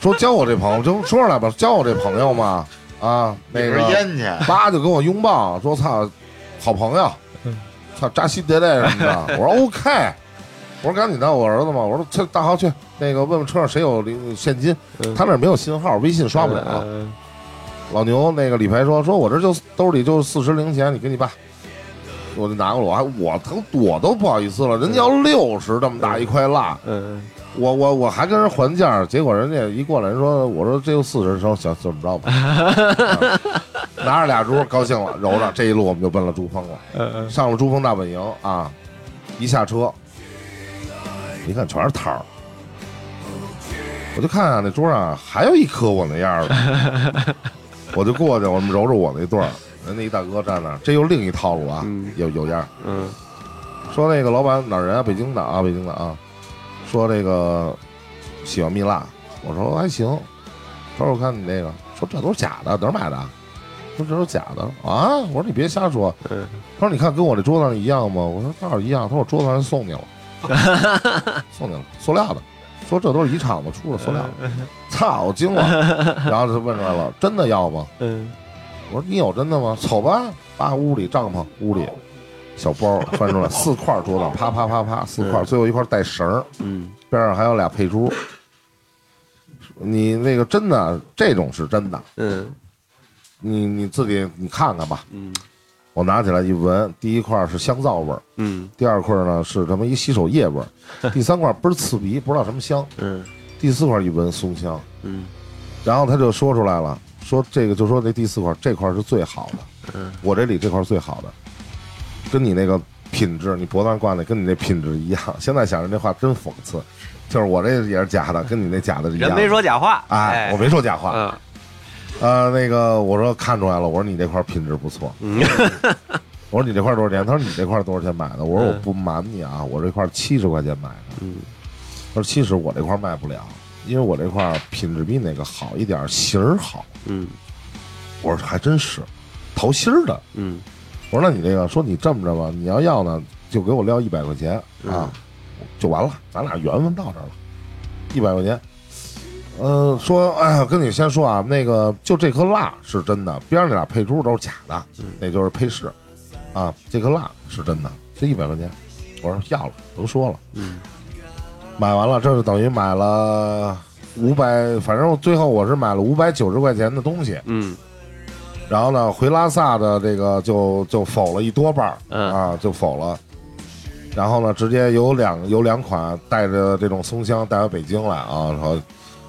说交我这朋友，就说出来吧，交我这朋友嘛啊，那里个边 烟去，叭就跟我拥抱，说操，好朋友，嗯操扎西德勒什 么的。我说 OK，我说赶紧的，我儿子嘛，我说去大豪去那个问问车上谁有零现金，嗯他那儿没有信号，微信刷不了。嗯老牛那个理赔说说我这就兜里就四十零钱，你给你爸。我就拿过来，我还我疼，我都不好意思了。人家要六十这么大一块蜡，嗯我我我还跟人还价，结果人家一过来人说，我说这就四十，说行，就这么着吧。啊拿着俩猪高兴了，揉着这一路我们就奔了珠峰了，嗯上了珠峰大本营啊，一下车，一看全是摊儿，我就看啊那桌上还有一颗我那样的，我就过去，我们揉揉我那对儿，人家一大哥站那儿，这又另一套路啊嗯，有有样儿。嗯说那个老板哪儿人啊？北京的啊，北京的啊。说这个喜欢蜜蜡，我说还行。他说我看你那个，说这都是假的，哪儿买的啊？说这都是假的啊！我说你别瞎说。嗯他说你看跟我这桌子上一样吗？我说那一样。他说我桌子上人送你了，送你了，塑料的。说这都是一厂子出的塑料的，操，我惊了。然后就问出来了，真的要吗？嗯，我说你有真的吗？瞅吧，扒屋里帐篷屋里小包翻出来四块桌子，啪啪啪啪四块，最后一块带绳儿，嗯，边上还有俩配珠。你那个真的这种是真的，嗯你你自己你看看吧。嗯我拿起来一闻，第一块是香皂味儿，嗯第二块呢是他妈一洗手液 味儿，第三块倍儿刺鼻，不知道什么香，嗯第四块一闻松香，嗯然后他就说出来了，说这个就说这第四块这块是最好的，嗯我这里这块最好的，跟你那个品质，你脖子上挂那跟你那品质一样。现在想着这话真讽刺，就是我这也是假的，跟你那假的是一样人的。没说假话，哎，我没说假话。啊，呃，那个我说看出来了，我说你这块品质不错。嗯 我说你这块多少钱？他说你这块多少钱买的？我说我嗯不瞒你啊，我这块七十块钱买的。嗯，他说七十我这块卖不了，因为我这块品质比你那个好一点，型儿好。嗯我说还真是，桃心儿的。嗯我说那你这个，说你这么着吧，你要要呢，就给我撂一百块钱啊，就完了，咱俩缘分到这儿了，一百块钱。呃，说，哎呀，跟你先说啊，那个就这颗蜡是真的，边上那俩配珠都是假的，那就是配饰，啊，这颗蜡是真的，这一百块钱，我说要了，都说了，嗯，买完了，这是等于买了五百，反正最后我是买了五百九十块钱的东西，嗯然后呢，回拉萨的这个就就否了一多半儿、嗯啊，就否了。然后呢，直接有两有两款带着这种松香带回北京来啊，然后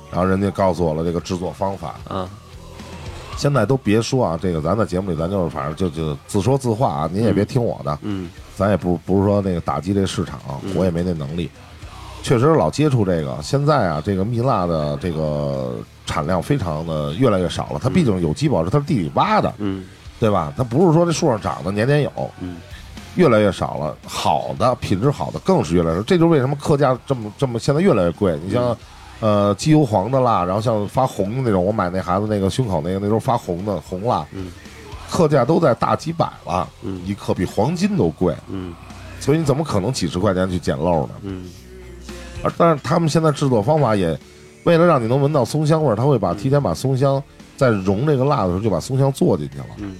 然后人家告诉我了这个制作方法。啊，现在都别说啊，这个咱在节目里咱就是反正就就自说自话啊，您也别听我的，嗯咱也不不是说那个打击这市场，我也没那能力。确实老接触这个，现在啊，这个蜜蜡的这个产量非常的越来越少了。它毕竟有机宝石，它是地里挖的，嗯对吧？它不是说这树上长的年年有，嗯，越来越少了。好的品质好的更是越来越少，这就是为什么客价这么这么现在越来越贵。嗯你像，呃，机油黄的蜡，然后像发红的那种，我买那孩子那个胸口那个那时候发红的红蜡，嗯，客价都在大几百了，嗯一克比黄金都贵，嗯所以你怎么可能几十块钱去捡漏呢？嗯啊，但是他们现在制作方法也，为了让你能闻到松香味儿，他会把提前把松香在融这个蜡的时候就把松香做进去了。嗯，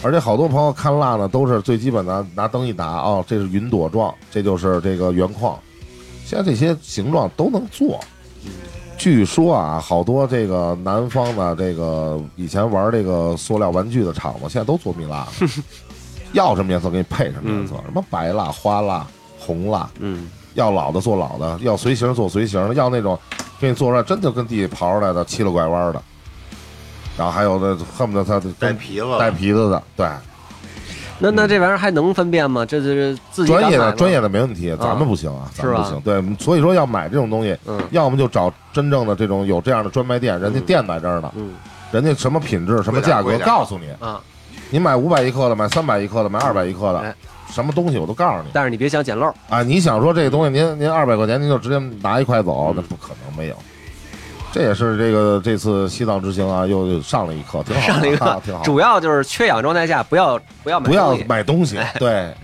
而且好多朋友看蜡呢，都是最基本的拿灯一打，哦，这是云朵状，这就是这个原矿。现在这些形状都能做。据说啊，好多这个南方的这个以前玩这个塑料玩具的厂子，现在都做蜜蜡了要什么颜色给你配什么颜色，什么白蜡、花蜡、红蜡，嗯要老的做老的，要随形做随形的，要那种给你做出来真就跟地里刨出来的，七了拐弯的。然后还有的恨不得他带皮子了带皮子的，对，那那这玩意儿还能分辨吗？这就是自己专敢业买的吗专业的没问题，咱们不行啊，咱们不行。对，所以说要买这种东西，嗯要么就找真正的这种有这样的专卖店，人家店在这儿呢，嗯人家什么品质、什么价格贵点贵点告诉你，啊，你买五百一克的，买三百一克的，买二百一克的哎，什么东西我都告诉你。但是你别想捡漏，啊，你想说这个东西，您您二百块钱您就直接拿一块走，那不可能没有。这也是这个这次西藏之行啊，又又上了一课，挺好的，上了一啊个挺好的。主要就是缺氧状态下不要不要买不要东西哎买东西，对， 嗯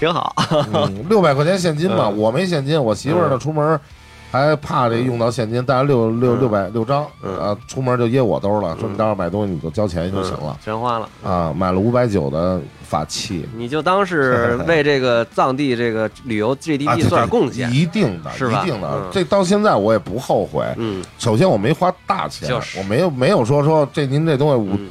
挺好，六百块钱现金嘛，嗯我没现金，我媳妇儿呢出门还怕这用到现金，带了六六六百六张，嗯啊，出门就掖我兜了，说嗯你待会儿买东西你就交钱就行嗯了， 全花了。啊，买了五百九的法器，你就当 是为这个藏地这个旅游啊， GDP 对做点对贡献。一定的，是吧一定的嗯，这到现在我也不后悔，嗯，首先我没花大钱，就是我没有没有说说这您这东西五、嗯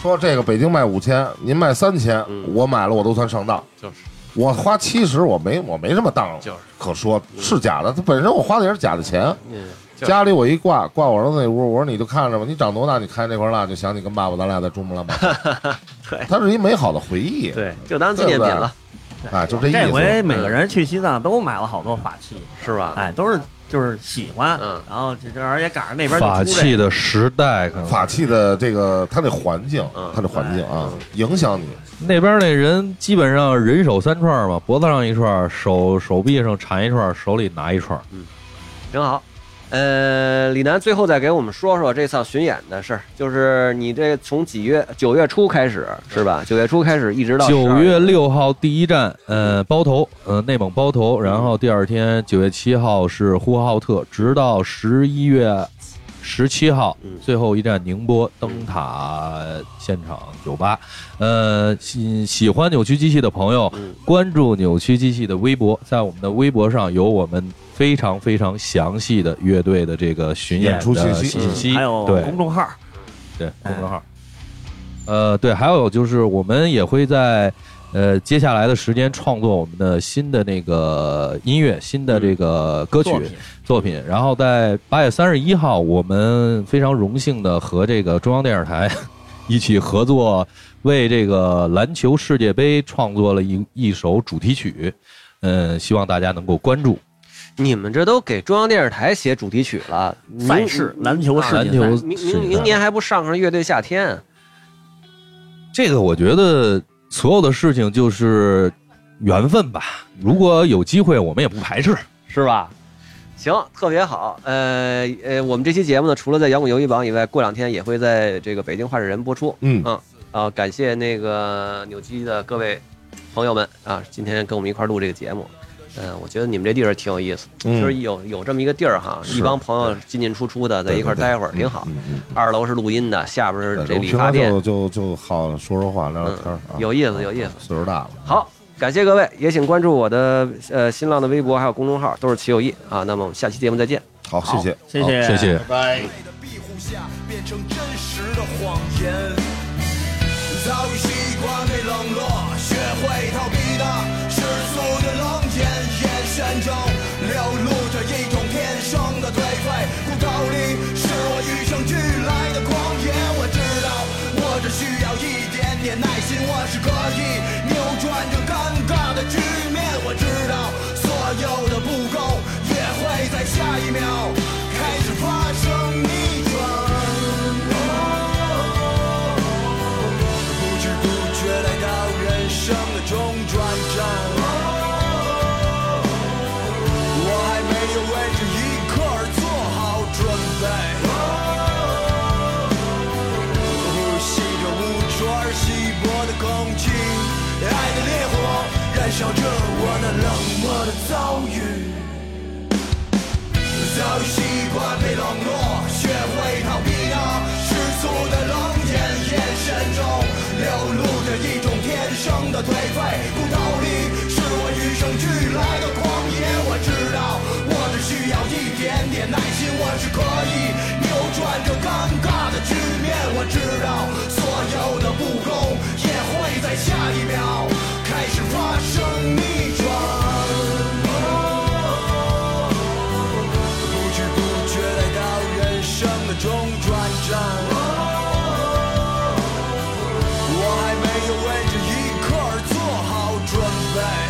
说这个北京卖五千，您卖三千、嗯我买了我都算上当。就是我花七十，我没我没什么当就是可说，是假的。它本身我花的也是假的钱。嗯，就是家里我一挂挂我儿子那屋，我说你就看着吧，你长多大你开那块蜡就想你跟爸爸咱俩在珠穆朗玛峰。 对它是一美好的回忆。对，就当纪念品了，哎，就这意思。这回每个人去西藏都买了好多法器，是吧？哎，都是就是喜欢，啊嗯然后这这玩意儿也赶上那边就法出这器的时代，可能法器的这个它的环境嗯，它的环境啊，影响你。那边那人基本上人手三串嘛，脖子上一串，手手臂上缠一串，手里拿一串，挺好，呃，李楠最后再给我们说说这次巡演的事儿，就是你这从几月九月初开始是吧？九月初开始一直到九12月六号第一站，呃，包头，呃，内蒙包头，然后第二天九月七号是呼和浩特，直到十一月十七号嗯，最后一站宁波灯塔现场酒吧。呃，喜喜欢扭曲机器的朋友嗯，关注扭曲机器的微博，在我们的微博上有我们。非常非常详细的乐队的这个巡演演出的信息信息，嗯还有对公众号，哎对，公众号。呃，对，还有就是我们也会在呃接下来的时间创作我们的新的那个音乐、新的这个歌曲作品作品。然后在八月三十一号，我们非常荣幸的和这个中央电视台 一起合作，为这个篮球世界杯创作了一一首主题曲。嗯，希望大家能够关注。你们这都给中央电视台写主题曲了，明啊赛事嗯篮球世篮界球世界赛明明明年还不上上乐队夏天？这个我觉得所有的事情就是缘分吧。如果有机会，我们也不排斥。是吧？行，特别好。呃呃，我们这期节目呢，除了在摇滚游戏榜以外，过两天也会在这个北京话事人播出。嗯啊啊，感谢那个扭机的各位朋友们啊，今天跟我们一块儿录这个节目。嗯，我觉得你们这地儿挺有意思，嗯就是有有这么一个地儿哈，一帮朋友进进出出的，在一块儿待会儿挺好。嗯二楼是录音的，下边是对这我理平发常店就，就就好说说话聊聊嗯天儿啊，，有意思，有意思。岁数大了。好，感谢各位，也请关注我的呃新浪的微博还有公众号，都是齐有义啊。那么我们下期节目再见。好，谢谢。谢谢谢谢。拜。的庇护下，变成真实的谎言。早已习惯被冷落，学会逃避的世俗的冷眼，眼神中流露着一种天生的颓废。骨头里是我与生俱来的狂野，我知道我只需要一点点耐心，我是可以扭转这尴尬的局面。我知道所有的不够也会在下一秒开始发生逆转。不知不觉来到人生的中转站。我还没有为这一刻而做好准备。呼吸着污浊而稀薄的空气，爱的烈火燃烧着我那冷漠的遭遇。早已习惯被冷落，学会逃避那世俗的冷眼，眼神中流露着一种天生的颓废。骨头里是我与生俱来的狂野，我知道我只需要一点点耐心，我是可以扭转这尴尬的局面。我知道所有的不公也会在下一秒开始发生逆转。不知不觉来到人生的中转站。我还没有为这一刻而做好准备。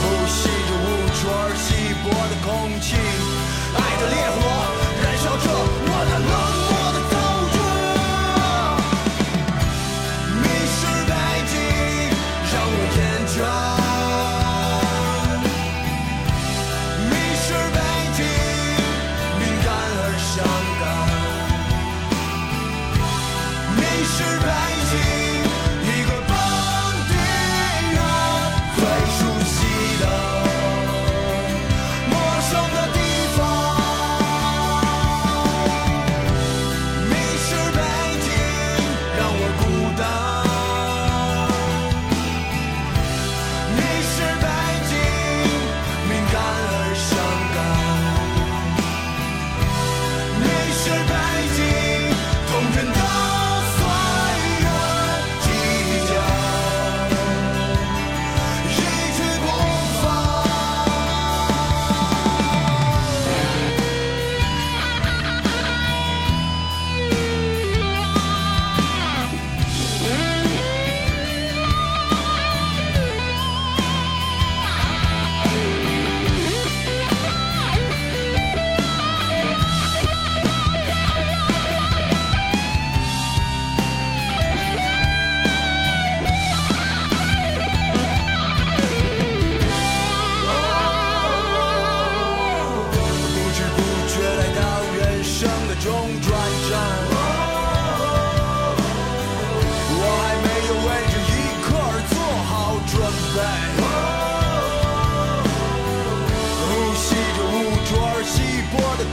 呼吸着污浊而稀薄的空气，爱的烈火燃烧着我那冷漠的遭遇。迷失殆尽，让我厌倦。迷失北极，敏感而伤感。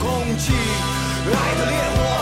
空气，爱的烈火。